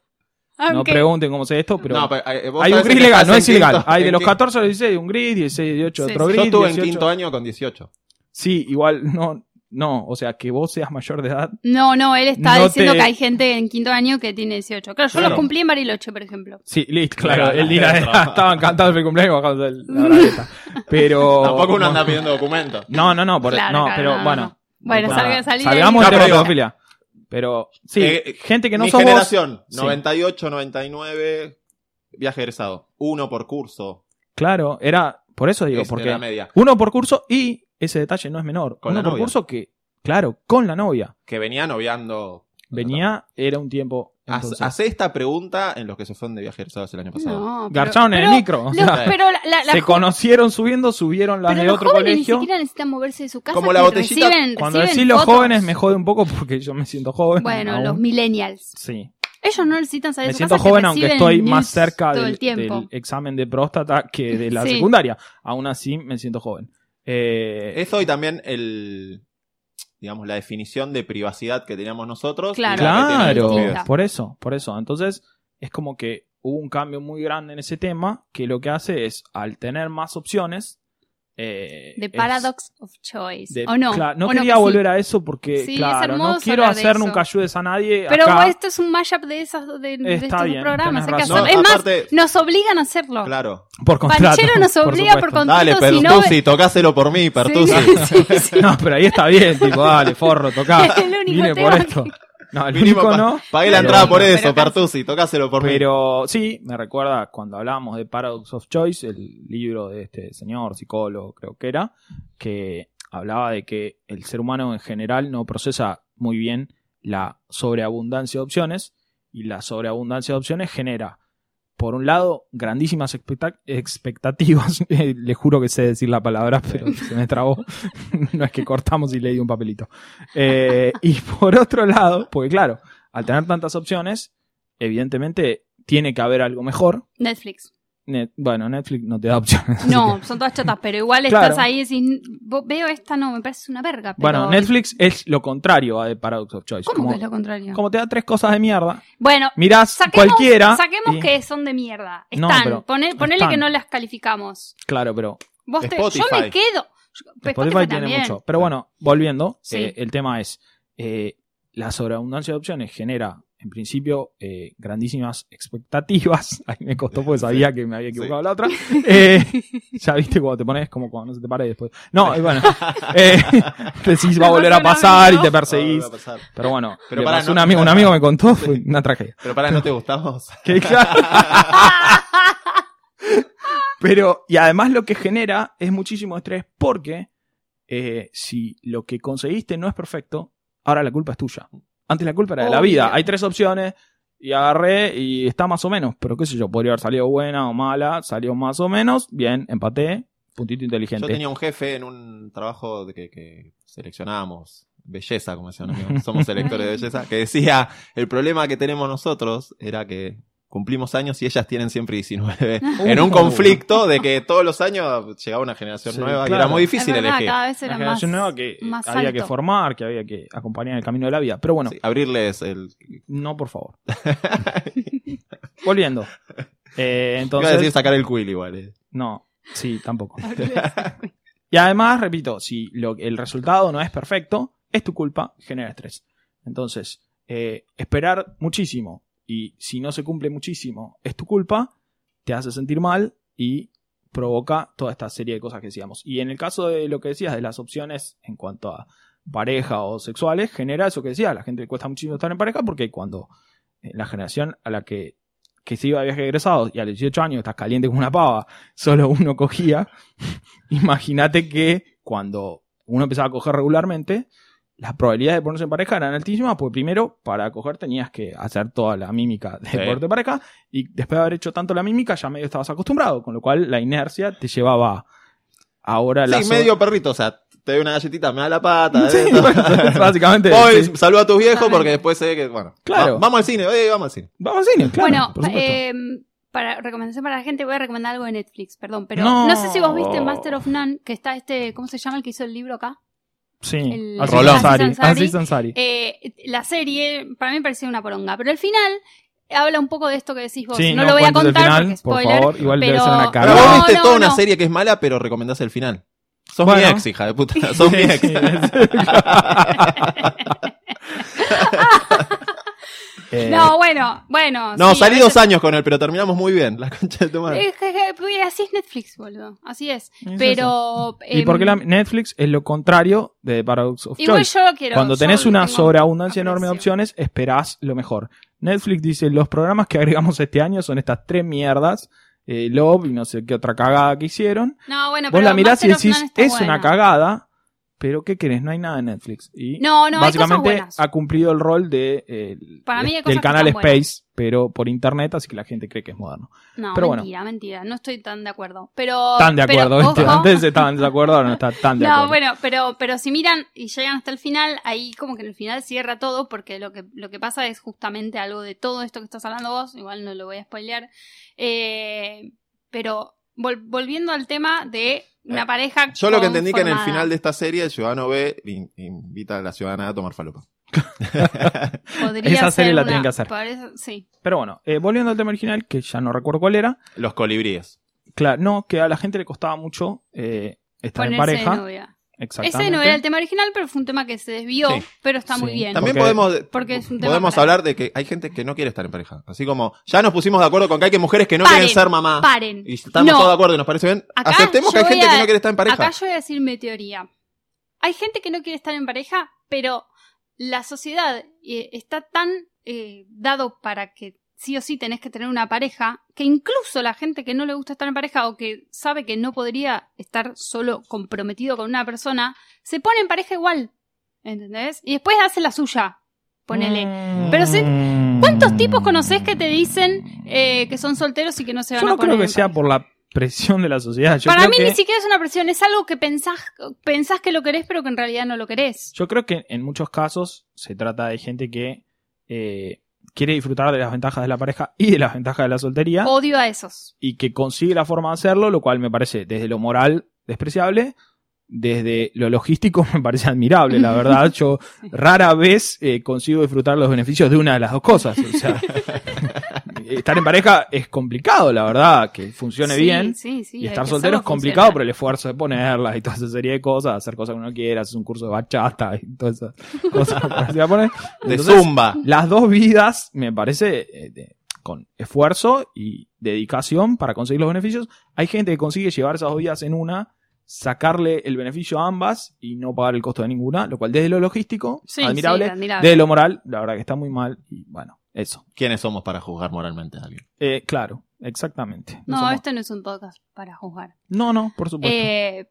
no Aunque- pregunten cómo se esto, pero No, pero, eh, vos hay un sabés gris que legal, estás no en es ilegal. quinto- Hay de en los quin- 14 a 16 un gris, 16 18 Sí, otro sí. gris. Yo estuve en 18. quinto año con 18. Sí, igual no No, o sea, que vos seas mayor de edad. No, no, él está No diciendo te- que hay gente en quinto año que tiene 18. Claro, yo Claro. los cumplí en Bariloche, por ejemplo. Sí, listo, claro. Claro, él dirá, claro. estaba encantado de mi cumpleaños bajando el- la bragueta. Pero. Tampoco uno anda pidiendo documentos. No, no, no, por- Claro, no, claro, pero no, bueno. no. Bueno, nada, salga- salí de salgamos ahí. de No, pero- pedofilia. Pero, sí, Eh, gente que no Mi somos. generación, Sí. 98, 99, viaje egresado. Uno por curso. Claro, era. Por eso digo, es de porque. la media. Uno por curso y ese detalle no es menor. Con uno la por novia. curso que, claro, con la novia. Que venía noviando. Venía, era un tiempo. Haz- entonces. Hacé esta pregunta en los que se fueron de viaje egresados el año pasado. No, pero- Garcharon en pero el micro. o los- sea, pero la, la- la se ju- conocieron subiendo, subieron las pero de los otro jóvenes colegio. ni siquiera necesitan moverse de su casa. Como la que botellita- reciben- Cuando reciben decís los fotos. jóvenes me jode un poco porque yo me siento joven. Bueno, aún. los millennials. Sí, Ellos no necesitan salir de me su siento casa, que joven aunque reciben estoy más nudes cerca todo del, el tiempo. del examen de próstata que de la Sí. secundaria. Aún así me siento joven. Eh, Es hoy también el digamos la definición de privacidad que teníamos nosotros. y la que Claro, tienen claro, estos pibes. distinta. por eso, por eso. Entonces es como que hubo un cambio muy grande en ese tema que lo que hace es, al tener más opciones... eh, The es- Paradox of Choice. de- ¿O no? cla- no ¿O quería que sí? volver a eso porque, Sí, es claro, no hermoso quiero hablar de hacer eso. nunca ayudes a nadie. Pero acá. esto es un mashup de, esas, de, de este Está estos bien, programas. tenés hay que razón. hacerlo. No, es más, aparte- nos obligan a hacerlo. Claro. por contrato. Panchero nos obliga por, supuesto. contrato. Dale, si no, Pertusi, tocáselo por mí, Pertusi. Sí, sí, sí. No, pero ahí está bien, tipo, dale, forro, tocá. Es el único Vine tema por esto. No, el Mínimo único pa- no. Pagué la pero- entrada por Pero casi. eso, Pertusi, tocáselo por mí. Pero sí, me recuerda cuando hablábamos de Paradox of Choice, el libro de este señor, psicólogo, creo que era, que hablaba de que el ser humano en general no procesa muy bien la sobreabundancia de opciones y la sobreabundancia de opciones genera, por un lado, grandísimas expecta- expectativas. Eh, Le juro que sé decir la palabra, pero se me trabó. no es que cortamos y leí un papelito. Eh, y por otro lado, porque claro, al tener tantas opciones, evidentemente tiene que haber algo mejor. Netflix. Net- bueno, Netflix no te da opciones. así No, son todas chotas, pero igual estás Claro. ahí y decís, "Vos veo esta, no, me parece una verga. que- pero- bueno, Netflix es lo contrario a The Paradox of Choice. ¿Cómo como, que es lo contrario? como te da tres cosas de mierda, Bueno, mirás saquemos, cualquiera. saquemos y- que son de mierda. No, Están, pero- poné- ponele que están. no las calificamos. Claro, pero Vos te- yo Spotify. me quedo. Yo- pero Spotify, tiene Pues también. mucho. Pero bueno, volviendo, Sí. eh, el tema es, eh, la sobreabundancia de opciones genera, en principio, eh, grandísimas expectativas. Ahí me costó porque sabía que me había equivocado la otra. Eh, ya viste cuando te pones como cuando no se te para y después... No, y bueno, eh, decís va a volver a Te pasó un pasar y amigo. te perseguís. Ah, va a pasar. Pero bueno, Pero le pará, pasó no- un, amigo, un amigo me contó, fue una tragedia. Pero para, ¿no te gustamos? Que claro. Pero, y además lo que genera es muchísimo estrés porque eh, si lo que conseguiste no es perfecto, ahora la culpa es tuya. Antes la culpa era de la Obvio. vida. Hay tres opciones y agarré y está más o menos. Pero qué sé yo, podría haber salido buena o mala, salió más o menos. Bien, empaté, puntito inteligente. Yo tenía un jefe en un trabajo de que, que seleccionábamos belleza, como decían amigos. Somos selectores de belleza, que decía, el problema que tenemos nosotros era que cumplimos años y ellas tienen siempre 19. en un Uh. conflicto de que todos los años llegaba una generación Sí, nueva y claro. era muy Es difícil verdad, elegir. cada vez Una era más, generación nueva que más había alto. que formar, que había que acompañar en el camino de la vida. Pero bueno, Sí, abrirles el... no, por favor. Volviendo. Eh, Iba entonces, a decir sacar el quill igual. eh. No, sí, tampoco. y además, repito, si lo- el resultado no es perfecto, es tu culpa, genera estrés. Entonces, eh, esperar muchísimo y si no se cumple muchísimo, es tu culpa, te hace sentir mal y provoca toda esta serie de cosas que decíamos. Y en el caso de lo que decías, de las opciones en cuanto a pareja o sexuales, genera eso que decía, la gente le cuesta muchísimo estar en pareja porque cuando eh, la generación a la que, que se iba de viaje egresado y a los 18 años estás caliente como una pava, solo uno cogía, imagínate que cuando uno empezaba a coger regularmente, las probabilidades de ponerse en pareja eran altísimas, porque primero, para coger tenías que hacer toda la mímica de Sí. deporte de pareja, y después de haber hecho tanto la mímica, ya medio estabas acostumbrado, con lo cual la inercia te llevaba ahora a la Sí, so- medio perrito, o sea, te doy una galletita, me da la pata. Sí, eh, bueno, básicamente. Voy, sí. saluda a tus viejos porque después sé que, bueno. Claro. va- vamos al cine, oye, vamos al cine. Vamos al cine, claro. bueno, por supuesto. eh, para recomendación para la gente, voy a recomendar algo de Netflix, perdón. Pero No. no, sé si vos Oh. viste Master of None, que está este, ¿cómo se llama el que hizo el libro acá? sí. el- Aziz Rolón. Ansari. Aziz Ansari. Aziz Ansari. Eh, la serie, para mí me parecía una poronga, pero al final habla un poco de esto que decís vos. Sí, Eh, no, lo voy a cuentes el contar final, porque por spoiler. favor. Igual debe pero- ser una Pero cagada. No, vos viste no, toda una no. serie que es mala, pero recomendás el final. Sos Bueno. mi ex, hija de puta. Sos mi Sí, ex. sí, Eh, No, bueno, bueno. No, sí, salí a veces- dos años con él, pero terminamos muy bien. La concha de tu madre. Es que- que- pues, así es Netflix, boludo. Así es. Y es Pero. ¿Y em, por qué la- Netflix es lo contrario de Paradox of Igual Choice? yo lo quiero. Cuando yo tenés lo una tengo sobreabundancia aprecio. enorme de opciones, esperás lo mejor. Netflix dice, los programas que agregamos este año son estas tres mierdas, eh, Love y no sé qué otra cagada que hicieron. No, bueno, Vos pero la mirás y Master of decís, None está es buena. una cagada, pero ¿qué querés? No hay nada en Netflix. Y No, no, hay básicamente cosas buenas. ha cumplido el rol de, eh, Para mí hay cosas del que canal están buenas. Oh, Space, pero por internet, así que la gente cree que es moderno. No, pero bueno. mentira, mentira. No estoy tan de acuerdo. Pero. Tan de pero, acuerdo, ¿viste? ojo, Antes estaban de acuerdo, ahora no están tan de acuerdo. No, bueno, pero, pero si miran y llegan hasta el final, ahí como que en el final cierra todo, porque lo que, lo que pasa es justamente algo de todo esto que estás hablando vos, igual no lo voy a spoilear. Eh, pero vol- volviendo al tema de una Eh, pareja. Yo lo que entendí que en el conformada. final de esta serie el ciudadano B in- invita a la ciudadana a tomar falopa. Podría Esa ser serie la una- tienen que hacer. parece- sí. Pero bueno, eh, volviendo al tema original, que ya no recuerdo cuál era. Los colibríes. Claro, no, que a la gente le costaba mucho eh, estar en Ponerse pareja. de novia. Exactamente. Ese no era el tema original, pero fue un tema que se desvió, Sí. pero está muy Sí. bien. También Porque- podemos, Porque es un tema podemos para- hablar de que hay gente que no quiere estar en pareja. Así como ya nos pusimos de acuerdo con que hay que mujeres que no Paren, quieren ser mamá. Paren. Y estamos No. todos de acuerdo y nos parece bien. Acá Aceptemos que hay yo gente voy a- que no quiere estar en pareja. Acá yo voy a decir mi teoría. Hay gente que no quiere estar en pareja, pero la sociedad eh, está tan eh, dado para que sí o sí tenés que tener una pareja, que incluso la gente que no le gusta estar en pareja o que sabe que no podría estar solo comprometido con una persona, se pone en pareja igual. ¿Entendés? Y después hace la suya. Ponele. Mm. Pero sí, ¿Cuántos tipos conoces que te dicen eh, que son solteros y que no se van Yo a no poner creo que en sea pareja? por la presión de la sociedad. Yo Para creo mí que... ni siquiera es una presión, es algo que pensás, pensás que lo querés, pero que en realidad no lo querés. Yo creo que en muchos casos se trata de gente que eh, quiere disfrutar de las ventajas de la pareja y de las ventajas de la soltería Odio a esos. y que consigue la forma de hacerlo, lo cual me parece desde lo moral despreciable, desde lo logístico me parece admirable, la verdad. Yo rara vez eh, consigo disfrutar los beneficios de una de las dos cosas. O sea, estar en pareja es complicado, la verdad, que funcione Sí, bien. sí, sí, Y hay estar que soltero es hacerlo complicado por funcionar. el esfuerzo de ponerlas y toda esa serie de cosas, hacer cosas que uno quiera, hacer un curso de bachata y todas esas cosas. que se va a poner. De Entonces, zumba. Las dos vidas, me parece, eh, de- con esfuerzo y dedicación para conseguir los beneficios. Hay gente que consigue llevar esas dos vidas en una, sacarle el beneficio a ambas y no pagar el costo de ninguna, lo cual desde lo logístico, Sí, admirable, sí, admirable. desde lo moral, la verdad que está muy mal y bueno, eso. ¿Quiénes somos para juzgar moralmente a alguien? Eh, claro, exactamente. No, somos- este no es un podcast para juzgar. no, no, por supuesto. Eh,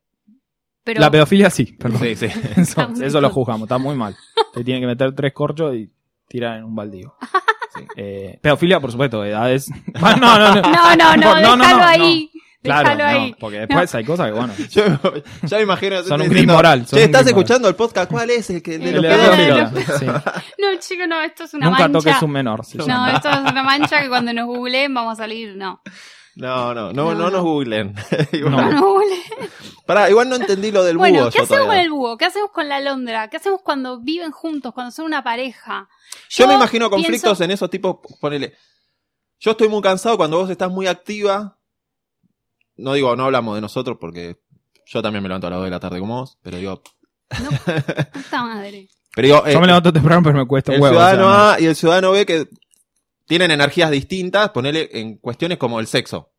pero La pedofilia sí, perdón. Sí, sí. Eso, Está muy eso lo mal. juzgamos, está muy mal. Te tienen que meter tres corchos y tirar en un baldío. Sí. Eh, pedofilia, por supuesto, edades. Ah, no, no, no. No, no, no, No, no, déjalo no, no. ahí. Claro, Déjalo no, ahí. porque después hay cosas que, bueno. Yo ya me imagino. Son un diciendo, crimen moral, son un Che, crimen ¿estás moral. escuchando el podcast? ¿Cuál es? El que de El los de la pedos. pedófilos. pedofilia, sí. No, chico, no, esto es una Nunca mancha. toques un menor. se No, llama. esto es una mancha que cuando nos googleen vamos a salir. No, No, no, no, No, no no. nos googlen. Igual- no No. nos googleen. Pará, igual no entendí lo del Bueno, búho. ¿qué yo hacemos con todavía. el búho? ¿Qué hacemos con la alondra? ¿Qué hacemos cuando viven juntos, cuando son una pareja? Yo me imagino pienso- conflictos en esos tipos, ponele. Yo estoy muy cansado cuando vos estás muy activa. No digo, no hablamos de nosotros porque yo también me levanto a las 2 de la tarde como vos, pero digo, No, puta madre. pero digo, eh, Yo me levanto temprano, pero me cuesta el un huevo. o sea, ciudadano no. A y el ciudadano B que tienen energías distintas, ponele en cuestiones como el sexo.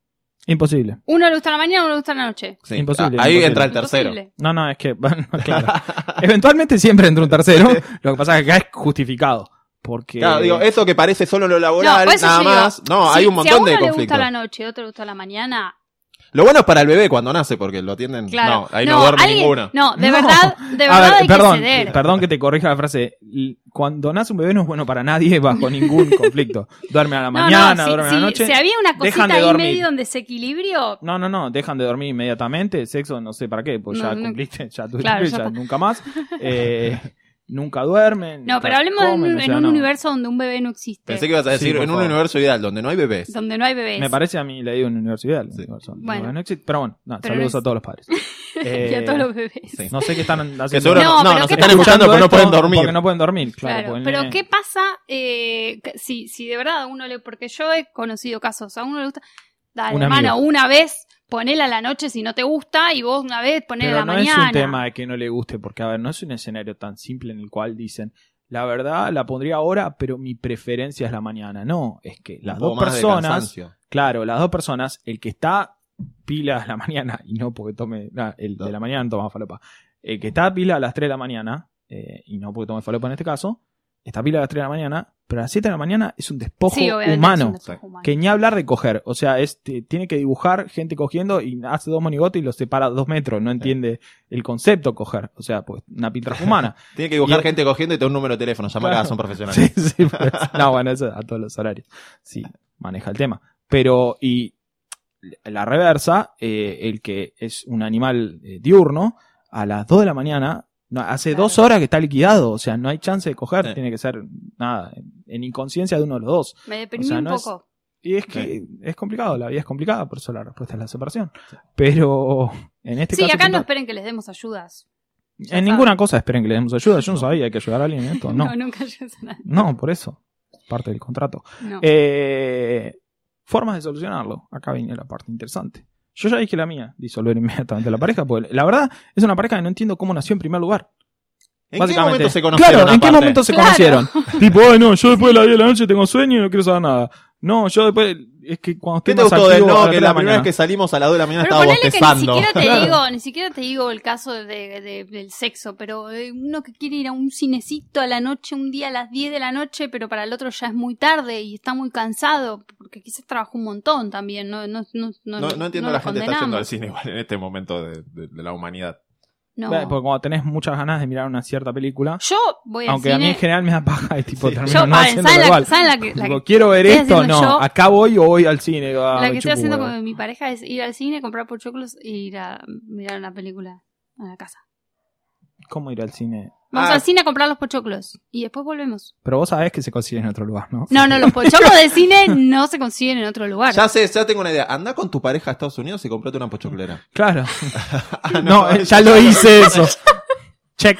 Imposible. Uno le gusta la mañana, uno le gusta la noche. Sí. Imposible, Ah, Ahí imposible. entra el tercero. Imposible. No, no, es que, bueno, claro. Eventualmente siempre entra un tercero. Lo que pasa es que acá es justificado. Porque. Claro, digo, eso que parece solo lo laboral, No, por eso nada yo digo, más. No, Si- hay un si a montón uno de le gusta conflictos. la noche, otro le gusta la mañana, Lo bueno es para el bebé cuando nace, porque lo atienden. claro. No, ahí no, duerme alguien- ninguno. No, de No. verdad, de A verdad ver, hay perdón, que ceder. perdón que te corrija la frase. L- Cuando nace un bebé no es bueno para nadie bajo ningún conflicto. Duermen a No, la no, mañana, si- duermen a si- la noche. Si había una cosita dejan de ahí dormir. medio donde se equilibrio, No, no, no, dejan de dormir inmediatamente, sexo no sé para qué, pues No, ya no. cumpliste, ya tuviste, Claro, ya ya, está. nunca más. Eh, nunca duermen. no, nunca pero hablemos de un- comen, Mm, o en sea, un no. universo donde un bebé no existe. Pensé que ibas a Sí, decir por en un favor. universo ideal donde no hay bebés. Donde no hay bebés. Me parece a mí, le digo en universidad. Sí. Bueno. pero bueno, nada, Pero saludos no es- a todos los padres. y a Eh, todos los bebés. Sí. No sé qué están haciendo. Que seguro No, no, no, pero nos ¿qué están pasa? escuchando porque no esto pueden dormir. Porque no pueden dormir, claro. pues, Claro, porque el pero nene- ¿qué pasa eh, que- si, si de verdad a uno le... Porque yo he conocido casos, a uno le gusta... Dale, Una hermano, amiga. una vez, ponela a la noche si no te gusta y vos una vez ponela Pero a la no mañana. es un tema de que no le guste, porque a ver, no es un escenario tan simple en el cual dicen, la verdad la pondría ahora, pero mi preferencia es la mañana. No, es que las O dos más de personas, cansancio. claro, las dos personas, el que está pila a la mañana, y no porque tome, nah, el No. de la mañana no toma falopa, el que está pila a las 3 de la mañana, eh, y no porque tome falopa en este caso, está pila a las 3 de la mañana, pero a las 7 de la mañana es un despojo Sí, obviamente, es un humano. despojo humano. Que ni hablar de coger. O sea, es- te- tiene que dibujar gente cogiendo y hace dos monigotes y los separa dos metros. No entiende el concepto coger. O sea, pues una piltra humana. Tiene que dibujar Y- gente cogiendo y te da un número de teléfono. Llama acá, Claro. son profesionales. sí, sí, pues. No, bueno, eso a todos los horarios. Sí, maneja el tema. Pero, y la reversa, eh, el que es un animal eh, diurno, a las 2 de la mañana, no, hace Claro. dos horas que está liquidado. O sea, no hay chance de coger. Sí. Tiene que ser, nada, en- en inconsciencia de uno de los dos. Me deprimí o sea, un no es- poco. Y es que es complicado, la vida es complicada, por eso la respuesta es la separación. Pero en este Sí, caso. acá no puntual- esperen que les demos ayudas. en ya ninguna cosa esperen que le demos ayuda. Yo no sabía, hay que ayudar a alguien en esto. No, no, nunca ayudas a nadie. por eso. Parte del contrato. No. Eh, formas de solucionarlo. Acá viene la parte interesante. Yo ya dije la mía, disolver inmediatamente la pareja, porque la verdad es una pareja que no entiendo cómo nació en primer lugar. ¿En qué Básicamente. momento se conocieron? Claro, ¿en qué aparte? momento se Claro. conocieron? tipo, "Ay, no, yo después de las 10 de la noche tengo sueño y no quiero saber nada. No, yo después. Es que cuando estoy ¿Qué te más gustó del activo, a no? las Que tres de la primera mañana". vez que salimos a las 2 de la mañana Pero estaba ponele que ni bostezando. siquiera te Claro. digo, ni siquiera te digo el caso de, de- del sexo, pero eh, uno que quiere ir a un cinecito a la noche, un día a las 10 de la noche, pero para el otro ya es muy tarde y está muy cansado, porque quizás trabajó un montón también, no, no, no, no, No, no entiendo a la lo gente que está yendo al condenamos. cine igual en este momento de, de- de la humanidad. No. Claro, Porque cuando tenés muchas ganas de mirar una cierta película, Yo voy al aunque cine. a mí en general me da paja y tipo Sí. termino yo, no paren, haciéndolo ¿saben la, igual. saben la que, la Digo, que- quiero ver estoy esto, haciendo no, yo? acá voy o voy al cine. Ah, la me que estoy chupo haciendo huevo. con mi pareja es ir al cine, comprar pochoclos e ir a mirar una película a la casa. ¿Cómo ir al cine? Vamos Ah. al cine a comprar los pochoclos y después volvemos. Pero vos sabés que se consigue en otro lugar, ¿no? No, no, los pochoclos de cine no se consiguen en otro lugar. Ya sé, ya tengo una idea. Anda con tu pareja a Estados Unidos y comprate una pochoclera. Claro. Ah, No, eh, ya lo hice eso. Check.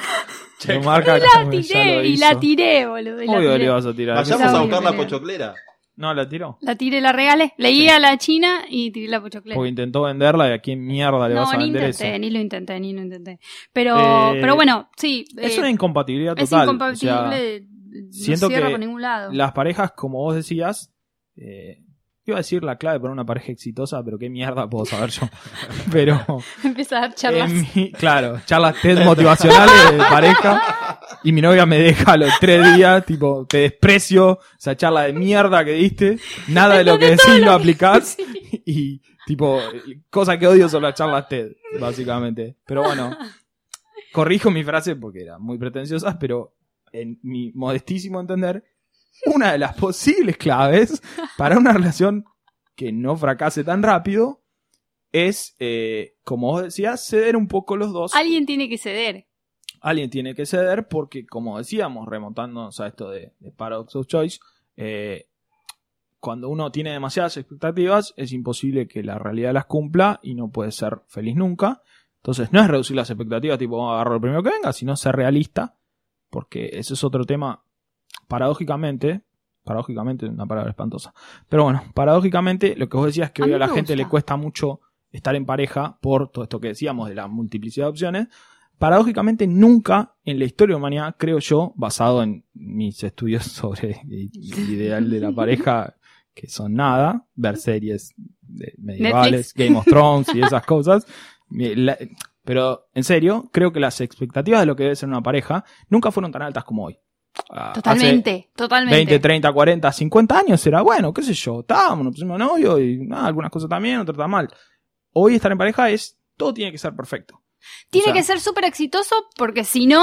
Check. Lo marca La como que ya lo tiré y hizo. la tiré, boludo. y la Obvio le tiré. vas a tirar. Vayamos Esa a voy a buscar la pelear. pochoclera. No, la tiró. La tiré, la regalé. Leí a la china y tiré la pochoclera. Porque intentó venderla y a quién mierda le no, vas a ni vender intenté, eso. ni lo intenté, ni lo intenté. Pero, Eh, pero bueno, sí. Es eh, una incompatibilidad es total. o incompatible. sea, de- de- siento no cierra que por ningún lado. las parejas, como vos decías, eh, iba a decir la clave para una pareja exitosa, pero qué mierda puedo saber yo. pero Empieza a dar charlas. en mi- claro, charlas TED motivacionales de pareja. Y mi novia me deja a los tres días, tipo, te desprecio, esa charla de mierda que diste, nada de lo que decís lo aplicás, Sí. y tipo, y cosas que odio son las charlas TED, básicamente. Pero bueno, corrijo mi frase porque era muy pretenciosa, pero en mi modestísimo entender, una de las posibles claves para una relación que no fracase tan rápido es, eh, como vos decías, ceder un poco los dos. Alguien tiene que ceder. Alguien tiene que ceder porque, como decíamos, remontándonos a esto de, de Paradox of Choice, eh, cuando uno tiene demasiadas expectativas, es imposible que la realidad las cumpla y no puede ser feliz nunca. Entonces, no es reducir las expectativas, tipo, vamos a agarrar lo primero que venga, sino ser realista, porque ese es otro tema, paradójicamente, paradójicamente es una palabra espantosa, pero bueno, paradójicamente, lo que vos decías que A hoy mí a la me gente gusta. le cuesta mucho estar en pareja por todo esto que decíamos de la multiplicidad de opciones, paradójicamente nunca en la historia de la humanidad, creo yo, basado en mis estudios sobre el ideal de la pareja, que son nada, ver series de- medievales, Game of Thrones y esas cosas. Mi- la- pero en serio, creo que las expectativas de lo que debe ser una pareja nunca fueron tan altas como hoy. Ah, hace Totalmente, totalmente. 20, 30, 40, 50 años era bueno, qué sé yo, estábamos, nos pusimos novio y nada, algunas cosas también, otras tan mal. Hoy estar en pareja es, todo tiene que ser perfecto. Tiene O sea, que ser súper exitoso porque si no,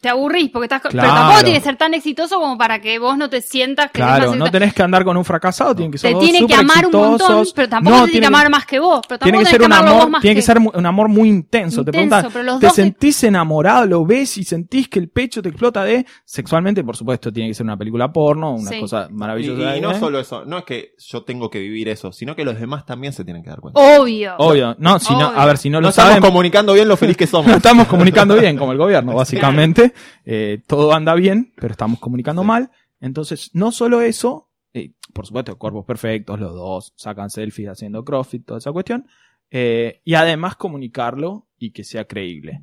te aburrís. Porque estás, Pero Claro. tampoco tiene que ser tan exitoso como para que vos no te sientas que es Claro, más no exitoso. tenés que andar con un fracasado, tienen que ser te dos tiene que amar un superexitosos. montón, pero tampoco No, te tiene que tienen- amar más que vos. Pero Tiene tampoco que tenés ser un amarlo vos amor, más tiene que ser mu- un amor muy intenso. te intenso, preguntan, pero los ¿te dos- sentís enamorado? ¿Lo ves y sentís que el pecho te explota de sexualmente? Por supuesto, tiene que ser una película porno, una Sí. cosa Y, maravillosa. y de no anime. solo eso, no es que yo tengo que vivir eso, sino que los demás también se tienen que dar cuenta. Obvio. Obvio, no, si no, Obvio. a ver, si Oh, no, no lo estamos saben, comunicando bien lo feliz que no somos. estamos comunicando bien, como el gobierno, básicamente. Eh, todo anda bien, pero estamos comunicando Sí. mal. Entonces, no solo eso, eh, por supuesto, cuerpos perfectos, los dos sacan selfies haciendo crossfit, toda esa cuestión. Eh, y además comunicarlo y que sea creíble.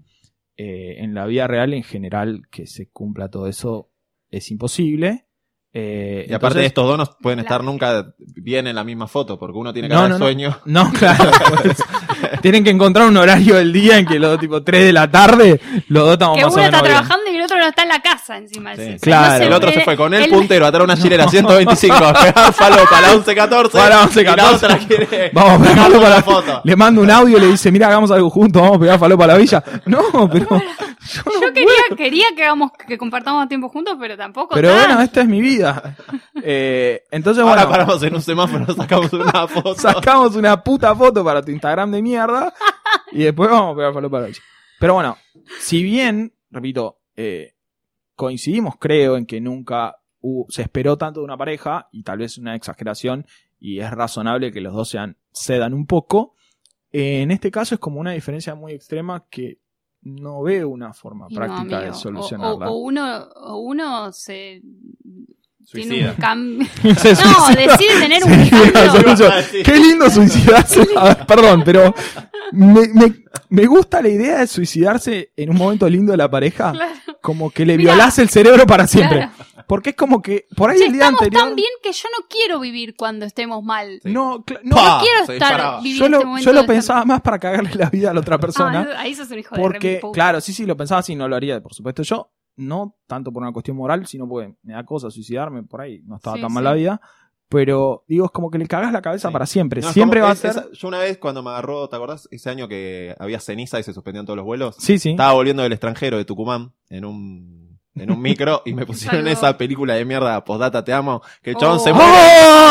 Eh, en la vida real, en general, que se cumpla todo eso es imposible. Eh, Y aparte entonces- estos dos no pueden La- estar nunca bien en la misma foto, porque uno tiene que No, dar no, no. sueño. No, claro. pues, tienen que encontrar un horario del día en que los dos, tipo 3 de la tarde, los dos estamos Que más o uno menos está bien. trabajando y el otro no está en la casa encima. Sí. O sea, no Ah, eh, Claro. se El otro se puede- fue con el él- puntero a traer una chilera 125, a pegar falopa, la 11-14. Para la 11-14. Y la otra quiere. Vamos, sacarle pegalo para una foto. Le mando un audio y le dice, mira, hagamos algo juntos, vamos a pegar falopa a la villa. No, pero, Yo quería, quería que hagamos que compartamos tiempo juntos, pero tampoco. pero tan. bueno, esta es mi vida. Eh, entonces, Ahora bueno, paramos en un semáforo, sacamos una foto. sacamos una puta foto para tu Instagram de mierda y después vamos a pegar falopa a la villa. Pero bueno, si bien, repito, eh, coincidimos, creo, en que nunca hubo- se esperó tanto de una pareja y tal vez una exageración y es razonable que los dos sean, cedan un poco. eh, en este caso es como una diferencia muy extrema que no veo una forma Y no, práctica de amigo, o- o- solucionarla. O, uno, o uno se. Tiene Suicida. un cambio. Se No, suicida. decide tener un Sí, la cambio. solución. Iba a decir. Qué lindo suicidarse. A ver, perdón, pero me, me- me gusta la idea de suicidarse en un momento lindo de la pareja, Claro, como que le Mirá. violás el cerebro para siempre. claro. Porque es como que por ahí Che, el día estamos anterior. tan bien que yo no quiero vivir cuando estemos mal. Sí. No, cla- no, Pa, Quiero se estar disparaba. viviendo yo este lo, momento yo lo de estar- pensaba más para cagarle la vida a la otra persona. Ah, ahí sos un hijo de Porque, remil puta. claro, sí, sí, lo pensaba así, no lo haría, por supuesto yo. No tanto por una cuestión moral, sino porque me da cosa suicidarme, por ahí no estaba Sí, tan mal sí. la vida. Pero digo, es como que le cagás la cabeza Sí. para siempre. No, es siempre como- va a es- ser. esa- yo una vez cuando me agarró, ¿te acordás? Ese año que había ceniza y se suspendían todos los vuelos. Sí, sí. Estaba volviendo del extranjero de Tucumán en un, en un micro y me pusieron Saludo. esa película de mierda, Postdata Te Amo, que el chabón Oh. se muere. ¡Oh!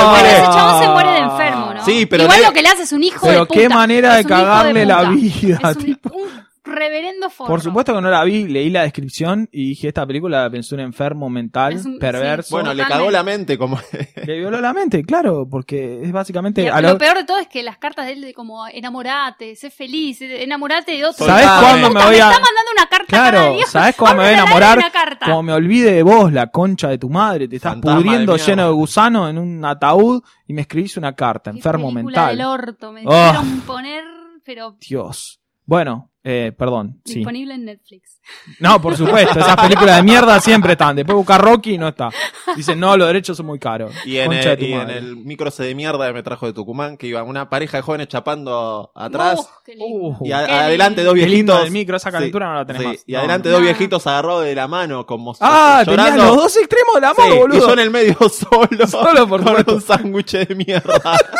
Bueno, muere. ese chabón se muere de enfermo, ¿no? Sí, pero Igual nadie- lo que le hace es un hijo de Ah, Pero puta. qué manera de Es un hijo cagarle la puta. vida. Es un, tipo. un reverendo forro. Por supuesto que no la vi, leí la descripción y dije, esta película la pensó un enfermo mental, Es un- sí. perverso. Bueno, le Totalmente. cagó la mente como Le violó la mente, claro, porque es Y básicamente... lo, a lo- peor de todo es que las cartas de él de como enamorate, sé feliz, enamorate de otro. ¿Sabes Soldado, cuándo eh. me Puta, voy a...? está mandando una carta cada Claro, día. ¿sabes cuándo me voy a Ahora le daré enamorar? Una carta. Como me olvide de vos, la concha de tu madre, te estás Fantasma de pudriendo mierda. lleno de gusano en un ataúd y me escribís una carta, Qué enfermo película mental. Del orto, me Oh. dijeron poner, pero Dios. Bueno, eh, perdón, sí. disponible en Netflix. No, por supuesto, esas películas de mierda siempre están. Después buscar Rocky y no está. Dicen, no, los derechos son muy caros. y en, Concha de el, tu y en madre. el micro se de mierda que me trajo de Tucumán, que iba una pareja de jóvenes chapando atrás Uf, qué lindo. Uh, y a- qué adelante dos Qué lindo viejitos. del micro, esa calentura no la tenés sí, más. Y No, adelante no. dos No. viejitos agarrados de la mano como Ah, tenías llorando. los dos extremos del amor, Sí, y boludo. yo en el medio solo, Solo, por con supuesto. un sándwich de mierda,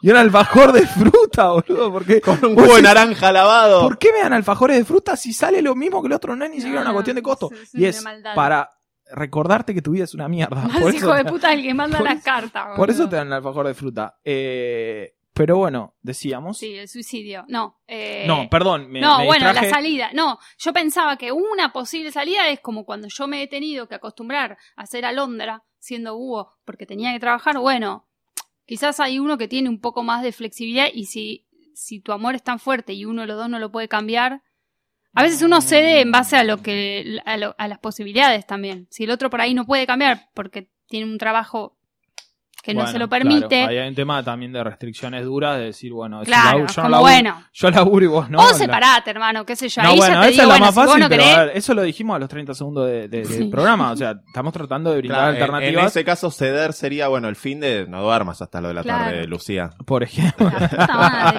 Y un alfajor de fruta, boludo. Porque, con un huevo de naranja lavado. ¿Por qué me dan alfajores de fruta si sale lo mismo que el otro? No es ni siquiera una No, cuestión de costo. es- es Y es una maldad. para recordarte que tu vida es una mierda. Más Por hijo eso- de puta el que manda por la eso- carta. Por eso boludo. te dan el alfajor de fruta. Eh, pero bueno, decíamos. Sí, el suicidio. No. eh, No, perdón, me, no, me bueno, distraje. la salida. No, yo pensaba que una posible salida es como cuando yo me he tenido que acostumbrar a hacer alondra siendo búho porque tenía que trabajar. Bueno, quizás hay uno que tiene un poco más de flexibilidad y si, si tu amor es tan fuerte y uno de los dos no lo puede cambiar. A veces uno cede en base a lo que a, lo- a las posibilidades también. Si el otro por ahí no puede cambiar porque tiene un trabajo que no Bueno, se lo claro, permite. ahí hay un tema también de restricciones duras, de decir, bueno, si Claro, laburo- es yo, no como, laburo, bueno. yo laburo y vos no. o la- separate, hermano, qué sé yo. No, Ahí bueno, ya te digo, esa es la bueno, más si vos fácil, no pero querés, a ver, eso lo dijimos a los 30 segundos de, de- del Sí. programa. O sea, estamos tratando de brindar Claro, en- En, alternativas, ese caso, ceder sería, bueno, el fin de no duermas hasta lo de la Claro. tarde, Lucía. por ejemplo. La puta madre.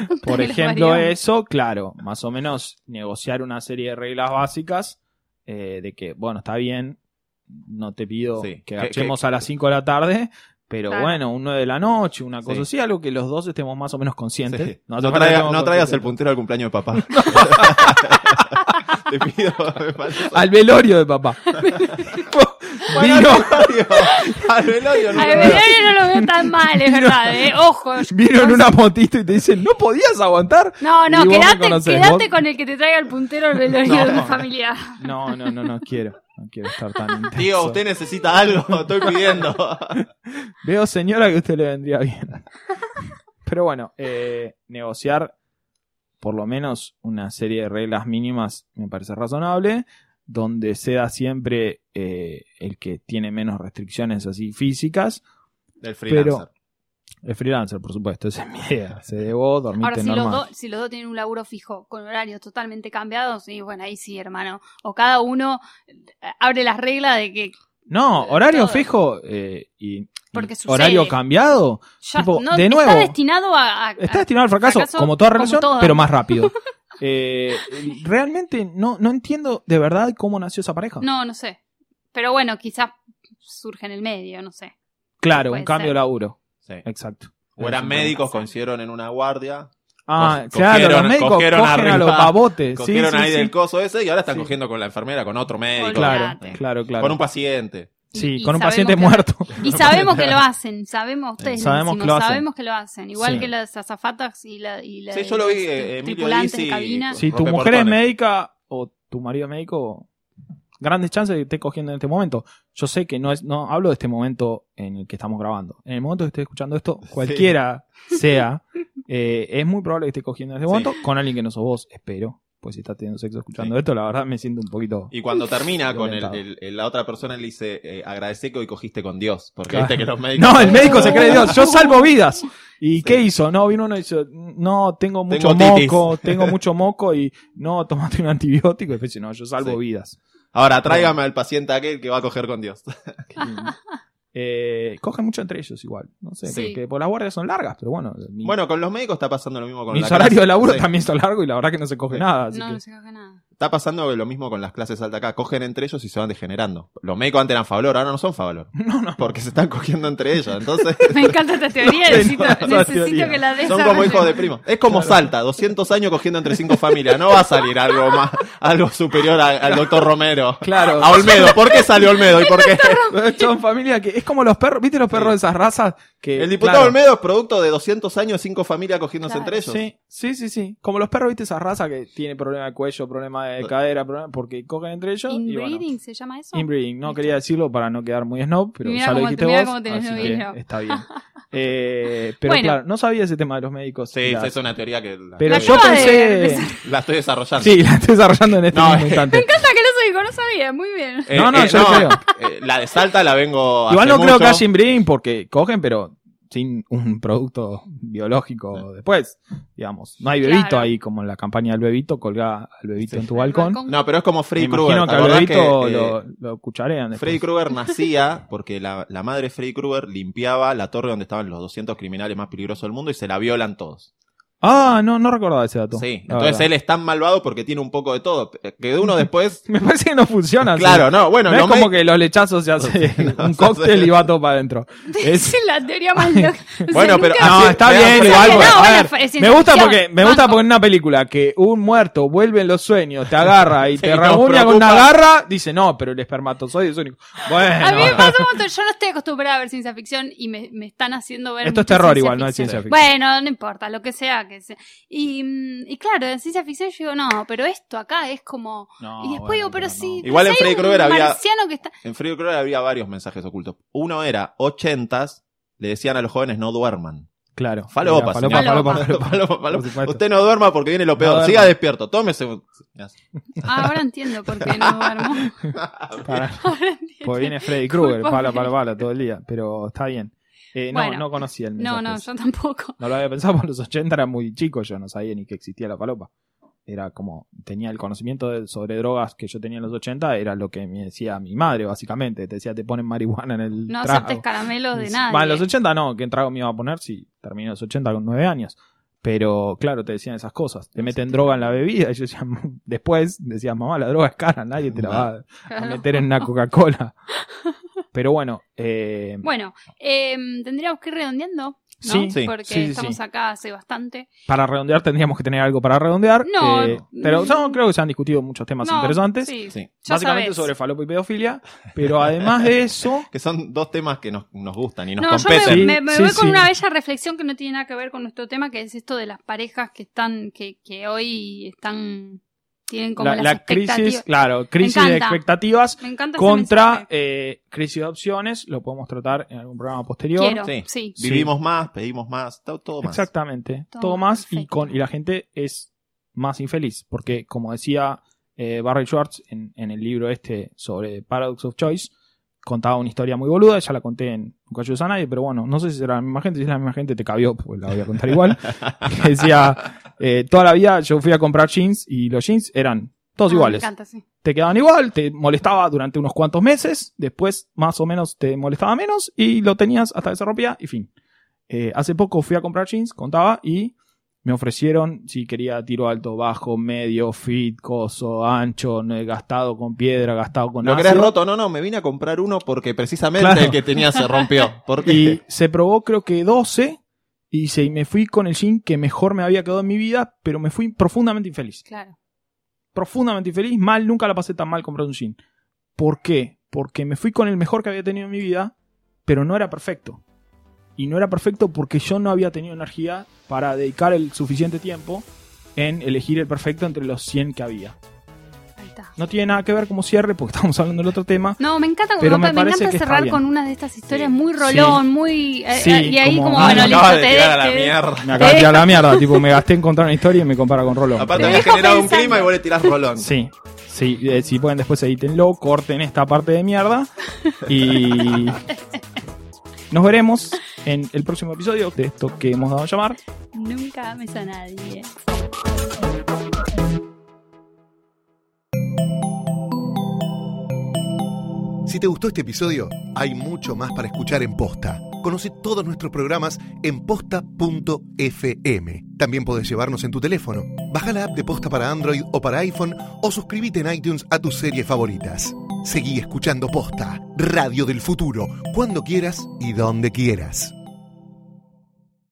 La puta por que los ejemplo, parió. eso, claro, más o menos negociar una serie de reglas básicas eh, de que, bueno, está bien, no te pido Sí, que que- agachemos a las 5 de la tarde, pero Claro. bueno, un 9 de la noche, una cosa Sí. así, algo que los dos estemos más o menos conscientes. Sí. No No, hace falta que traiga- estemos no traigas el conscientes. puntero al cumpleaños de papá. Te pido. me parece- Al velorio de papá. vino, Al velorio. no Al lo veo. Belén no lo veo tan mal, es verdad, eh. Ojo. vino en una motito y te dicen, no podías aguantar. No, Y no, vos me quédate, conocés, quédate vos- con el que te traiga el puntero al velorio No. de tu familia. No, no, no, no quiero. No quiero estar tan intenso. Tío, usted necesita algo, estoy pidiendo. Veo, señora, que a usted le vendría bien. Pero bueno, eh, negociar por lo menos una serie de reglas mínimas me parece razonable. donde sea siempre eh, el que tiene menos restricciones así físicas. Del freelancer. El freelancer, por supuesto, esa es mi idea. Se debo dormir Ahora, si los, normal. dos, si los dos tienen un laburo fijo, con horarios totalmente cambiados, y bueno, ahí sí, hermano. O cada uno eh, abre las reglas de que No, horario Todo. fijo eh, y, y Porque sucede. horario cambiado. ya Tipo, no- de está nuevo, destinado a... a- a- Está destinado al fracaso, Ah, fracaso como toda como relación, toda. pero más rápido. Eh, realmente no, no entiendo de verdad cómo nació esa pareja. no, no sé. Pero bueno, quizás surge en el medio, no sé. claro, puede un cambio ser. de laburo. Sí. Exacto. O eran Eso. médicos, coincidieron en una guardia, Ah, Co- claro, cogieron- los médicos cogieron cogen arriba, a los pavotes. Sí, cogieron sí, ahí sí. del coso ese y ahora están Sí. cogiendo con la enfermera, con otro médico, Claro, Olvídate. claro, claro. con un paciente. Y- sí, y con un sabemos paciente que- muerto. Y sabemos que lo hacen, sabemos ustedes, Sabemos sabemos, que lo hacen. sabemos que lo hacen. Igual Sí. que las azafatas y la, y la Sí, yo lo vi, los eh, Emilio tripulantes Dizzy de cabina. con- Si tu Rompe mujer es portones. médica o tu marido es médico, grandes chances de que esté cogiendo en este momento. Yo sé que no es, no hablo de este momento en el que estamos grabando. En el momento que esté escuchando esto, cualquiera sea, eh, es muy probable que esté cogiendo en este Sí. momento con alguien que no sos vos, espero. Pues si estás teniendo sexo escuchando Sí. esto, la verdad me siento un poquito. Y cuando termina con el, Violentado. el- el- la otra persona, le dice, eh, agradece que hoy cogiste con Dios. Porque Claro. viste que los médicos... No, el médico se cree Dios, yo salvo vidas. ¿Y qué hizo? No, vino uno y dice, no, tengo mucho Tengo titis. moco, tengo mucho moco y no, tomate un antibiótico. Y después dice, no, yo salvo Sí. vidas. Ahora, tráigame al paciente aquel que va a coger con Dios. Eh, cogen mucho entre ellos igual. No sé, Sí. porque por las guardias son largas, pero bueno. eh, Mi, Bueno, con los médicos está pasando lo mismo con mis la horarios clase- de laburo sí, también son largos y la verdad que no se coge Sí. nada. así No, que- no se caga nada. Está pasando lo mismo con las clases altas acá. Cogen entre ellos y se van degenerando. Los médicos antes eran favalor, ahora no son favalor. No, no. Porque se están cogiendo entre ellos. Entonces, Me encanta esta teoría, No, necesito, no, no, necesito teoría. que la des son a como hijos de Reyes. primo. Es como Salta, 200 años cogiendo entre cinco familias. No va a salir algo más, algo superior a- al doctor Romero. Claro. A Olmedo. ¿Por qué salió Olmedo? ¿Y por qué? Son familias que es como los perros, ¿viste los perros de esas razas? que El diputado claro, Olmedo es producto de 200 años, cinco familias cogiéndose Claro. entre ellos. Sí, sí, sí, sí. Como los perros, ¿viste esas razas que tiene problema de cuello, problema de cadera, problema, porque cogen entre ellos y bueno. ¿Inbreeding se llama eso? Inbreeding, no quería decirlo para no quedar muy snob, pero Mirá ya lo cómo- dijiste mirá vos, cómo tenés así el que video. está bien. Eh, pero Bueno. claro, no sabía ese tema de los médicos. Sí, y esa las- es una teoría que la, Pero La yo acaba de pensé. empezar. la estoy desarrollando. Sí, la estoy desarrollando en este No, mismo eh, instante. Hasta que no se dijo, no sabía, muy bien. Eh, No, no, eh, yo creo. eh, la de Salta la vengo Igual no hace creo mucho. que haya inbreeding porque cogen, pero sin un producto biológico después. Digamos, no hay bebito Claro. ahí como en la campaña del bebito, colgá al bebito Sí. en tu balcón. Balcón. No, pero es como Me Freddy Krueger. imagino ¿Te que al acordás bebito que, eh, lo, lo cucharean después. Freddy Krueger nacía porque la, la madre de Freddy Krueger limpiaba la torre donde estaban los 200 criminales más peligrosos del mundo y se la violan todos. Ah, no, no recordaba ese dato. Sí, la entonces verdad. él es tan malvado porque tiene un poco de todo. Que de uno después. Me parece que no funciona. así. claro, no, bueno, Ah, No, es los como me- que los lechazos se hace no, un se hace- cóctel y va todo para adentro. Es- Es la teoría más loca. O sea, Bueno, pero- nunca- Ah, No, sí, está me da bien, un- igual. No, porque- a bueno, ver, fue- es me gusta ciencia porque me gusta banco. porque en una película que un muerto vuelve en los sueños, te agarra y Sí, te nos rasguña con una preocupa. garra, dice, "No, pero el espermatozoide es único." A mí me Bueno, pasa un montón. Yo no estoy acostumbrada a ver ciencia ficción y me, me están haciendo ver. Esto es mucha terror igual, no es ciencia ficción. Bueno, no importa, lo que sea. que sea. Y, mm, y claro, en ciencia ficción yo digo, no, pero esto acá es como. No, y después bueno, digo, pero no. sí. pues Igual en hay Freddy Krueger un había- marciano que está. En Freddy Krueger había varios mensajes ocultos. Uno era: 80s le decían a los jóvenes no duerman. Claro. Falopa, falopa, señor. falopa, Falopa, falopa. falopa, falopa. Por supuesto. Usted no duerma porque viene lo peor. duerma. Siga despierto. Tómese un. Ah, ahora entiendo por qué no duermo. Para- Ahora entiendo. Porque viene Freddy Krueger, Disculpame. pala pala pala todo el día, pero está bien. Eh, no, Bueno. no conocía el No, mensaje. no, ese. yo tampoco. No lo había pensado, por los 80 era muy chico, yo no sabía ni que existía la palopa. Era como, tenía el conocimiento de- sobre drogas que yo tenía en los 80, era lo que me decía mi madre, básicamente. Te decía, te ponen marihuana en el No trago. aceptes caramelos de Sí. nadie. Va, en los 80 no, que trago me iba a poner si terminé en los 80 con 9 años. Pero claro, te decían esas cosas. Te meten droga en la bebida. Y yo decía, después decía, mamá, la droga es cara, nadie te la va a Claro. meter en una Coca-Cola. Pero bueno, eh, Bueno, em, tendríamos que ir redondeando, ¿no? Sí, sí, Porque sí, sí, estamos sí. acá hace bastante. para redondear tendríamos que tener algo para redondear. No, eh, pero mm. yo creo que se han discutido muchos temas No, interesantes. Sí, Sí. ya básicamente sabés. sobre falopa y pedofilia. Pero además de eso, Que son dos temas que nos, nos gustan y nos No, yo competen. me, me- Sí, me sí, voy con sí. una bella reflexión que no tiene nada que ver con nuestro tema, que es esto de las parejas que están, que, que hoy están, tienen como la, las la expectativas. crisis, claro, crisis de encanta. expectativas Me encanta ese contra mensaje. eh, crisis de opciones, lo podemos tratar en algún programa posterior. Quiero, Sí. sí. Vivimos más, pedimos más, to- todo más. Exactamente, Todo todo más y perfecto. con y la gente es más infeliz, porque como decía eh, Barry Schwartz, en, en el libro este sobre Paradox of Choice, contaba una historia muy boluda, ya la conté en Nunca ayudes a nadie, pero bueno, no sé si será la misma gente, si es la misma gente te cabió, pues la voy a contar igual. Que decía, eh, toda la vida yo fui a comprar jeans y los jeans eran todos Ah, iguales. Me encanta, sí. Te quedaban igual, te molestaba durante unos cuantos meses, después más o menos te molestaba menos y lo tenías hasta que se rompía y fin. Eh, hace poco fui a comprar jeans, contaba, y me ofrecieron si quería tiro alto, bajo, medio, fit, coso, ancho, no, gastado con piedra, gastado con ¿Lo querés ácido. roto? No, no, me vine a comprar uno porque precisamente Claro. el que tenía se rompió. ¿Por qué? Y se probó creo que 12 y, se, y me fui con el jean que mejor me había quedado en mi vida, pero me fui profundamente infeliz. Claro. Profundamente infeliz, mal, nunca la pasé tan mal comprando un jean. ¿Por qué? Porque me fui con el mejor que había tenido en mi vida, pero no era perfecto. Y no era perfecto porque yo no había tenido energía para dedicar el suficiente tiempo en elegir el perfecto entre los 100 que había. Ahí está. No tiene nada que ver como cierre porque estamos hablando del otro tema. No, me encanta, Pero me, me me parece encanta que está cerrar bien. con una de estas historias Sí. muy rolón, Sí. muy. eh, Sí, eh, y ahí como- como, Ah, bueno, me listo, acabas de te, tirar a la te- mierda. Me acabas de tirar la mierda, tipo me gasté en contar una historia y me compara con Rolón. Aparte Te habías dejo generado un pensando. clima y vos le tirás rolón. Sí, sí, eh, si pueden después edítenlo, corten esta parte de mierda y nos veremos en el próximo episodio de esto que hemos dado a llamar Nunca ames a nadie. Si te gustó este episodio, hay mucho más para escuchar en Posta. Conoce todos nuestros programas en posta.fm. También podés llevarnos en tu teléfono. Baja la app de Posta para Android o para iPhone o suscríbete en iTunes a tus series favoritas. Seguí escuchando Posta, Radio del Futuro, cuando quieras y donde quieras.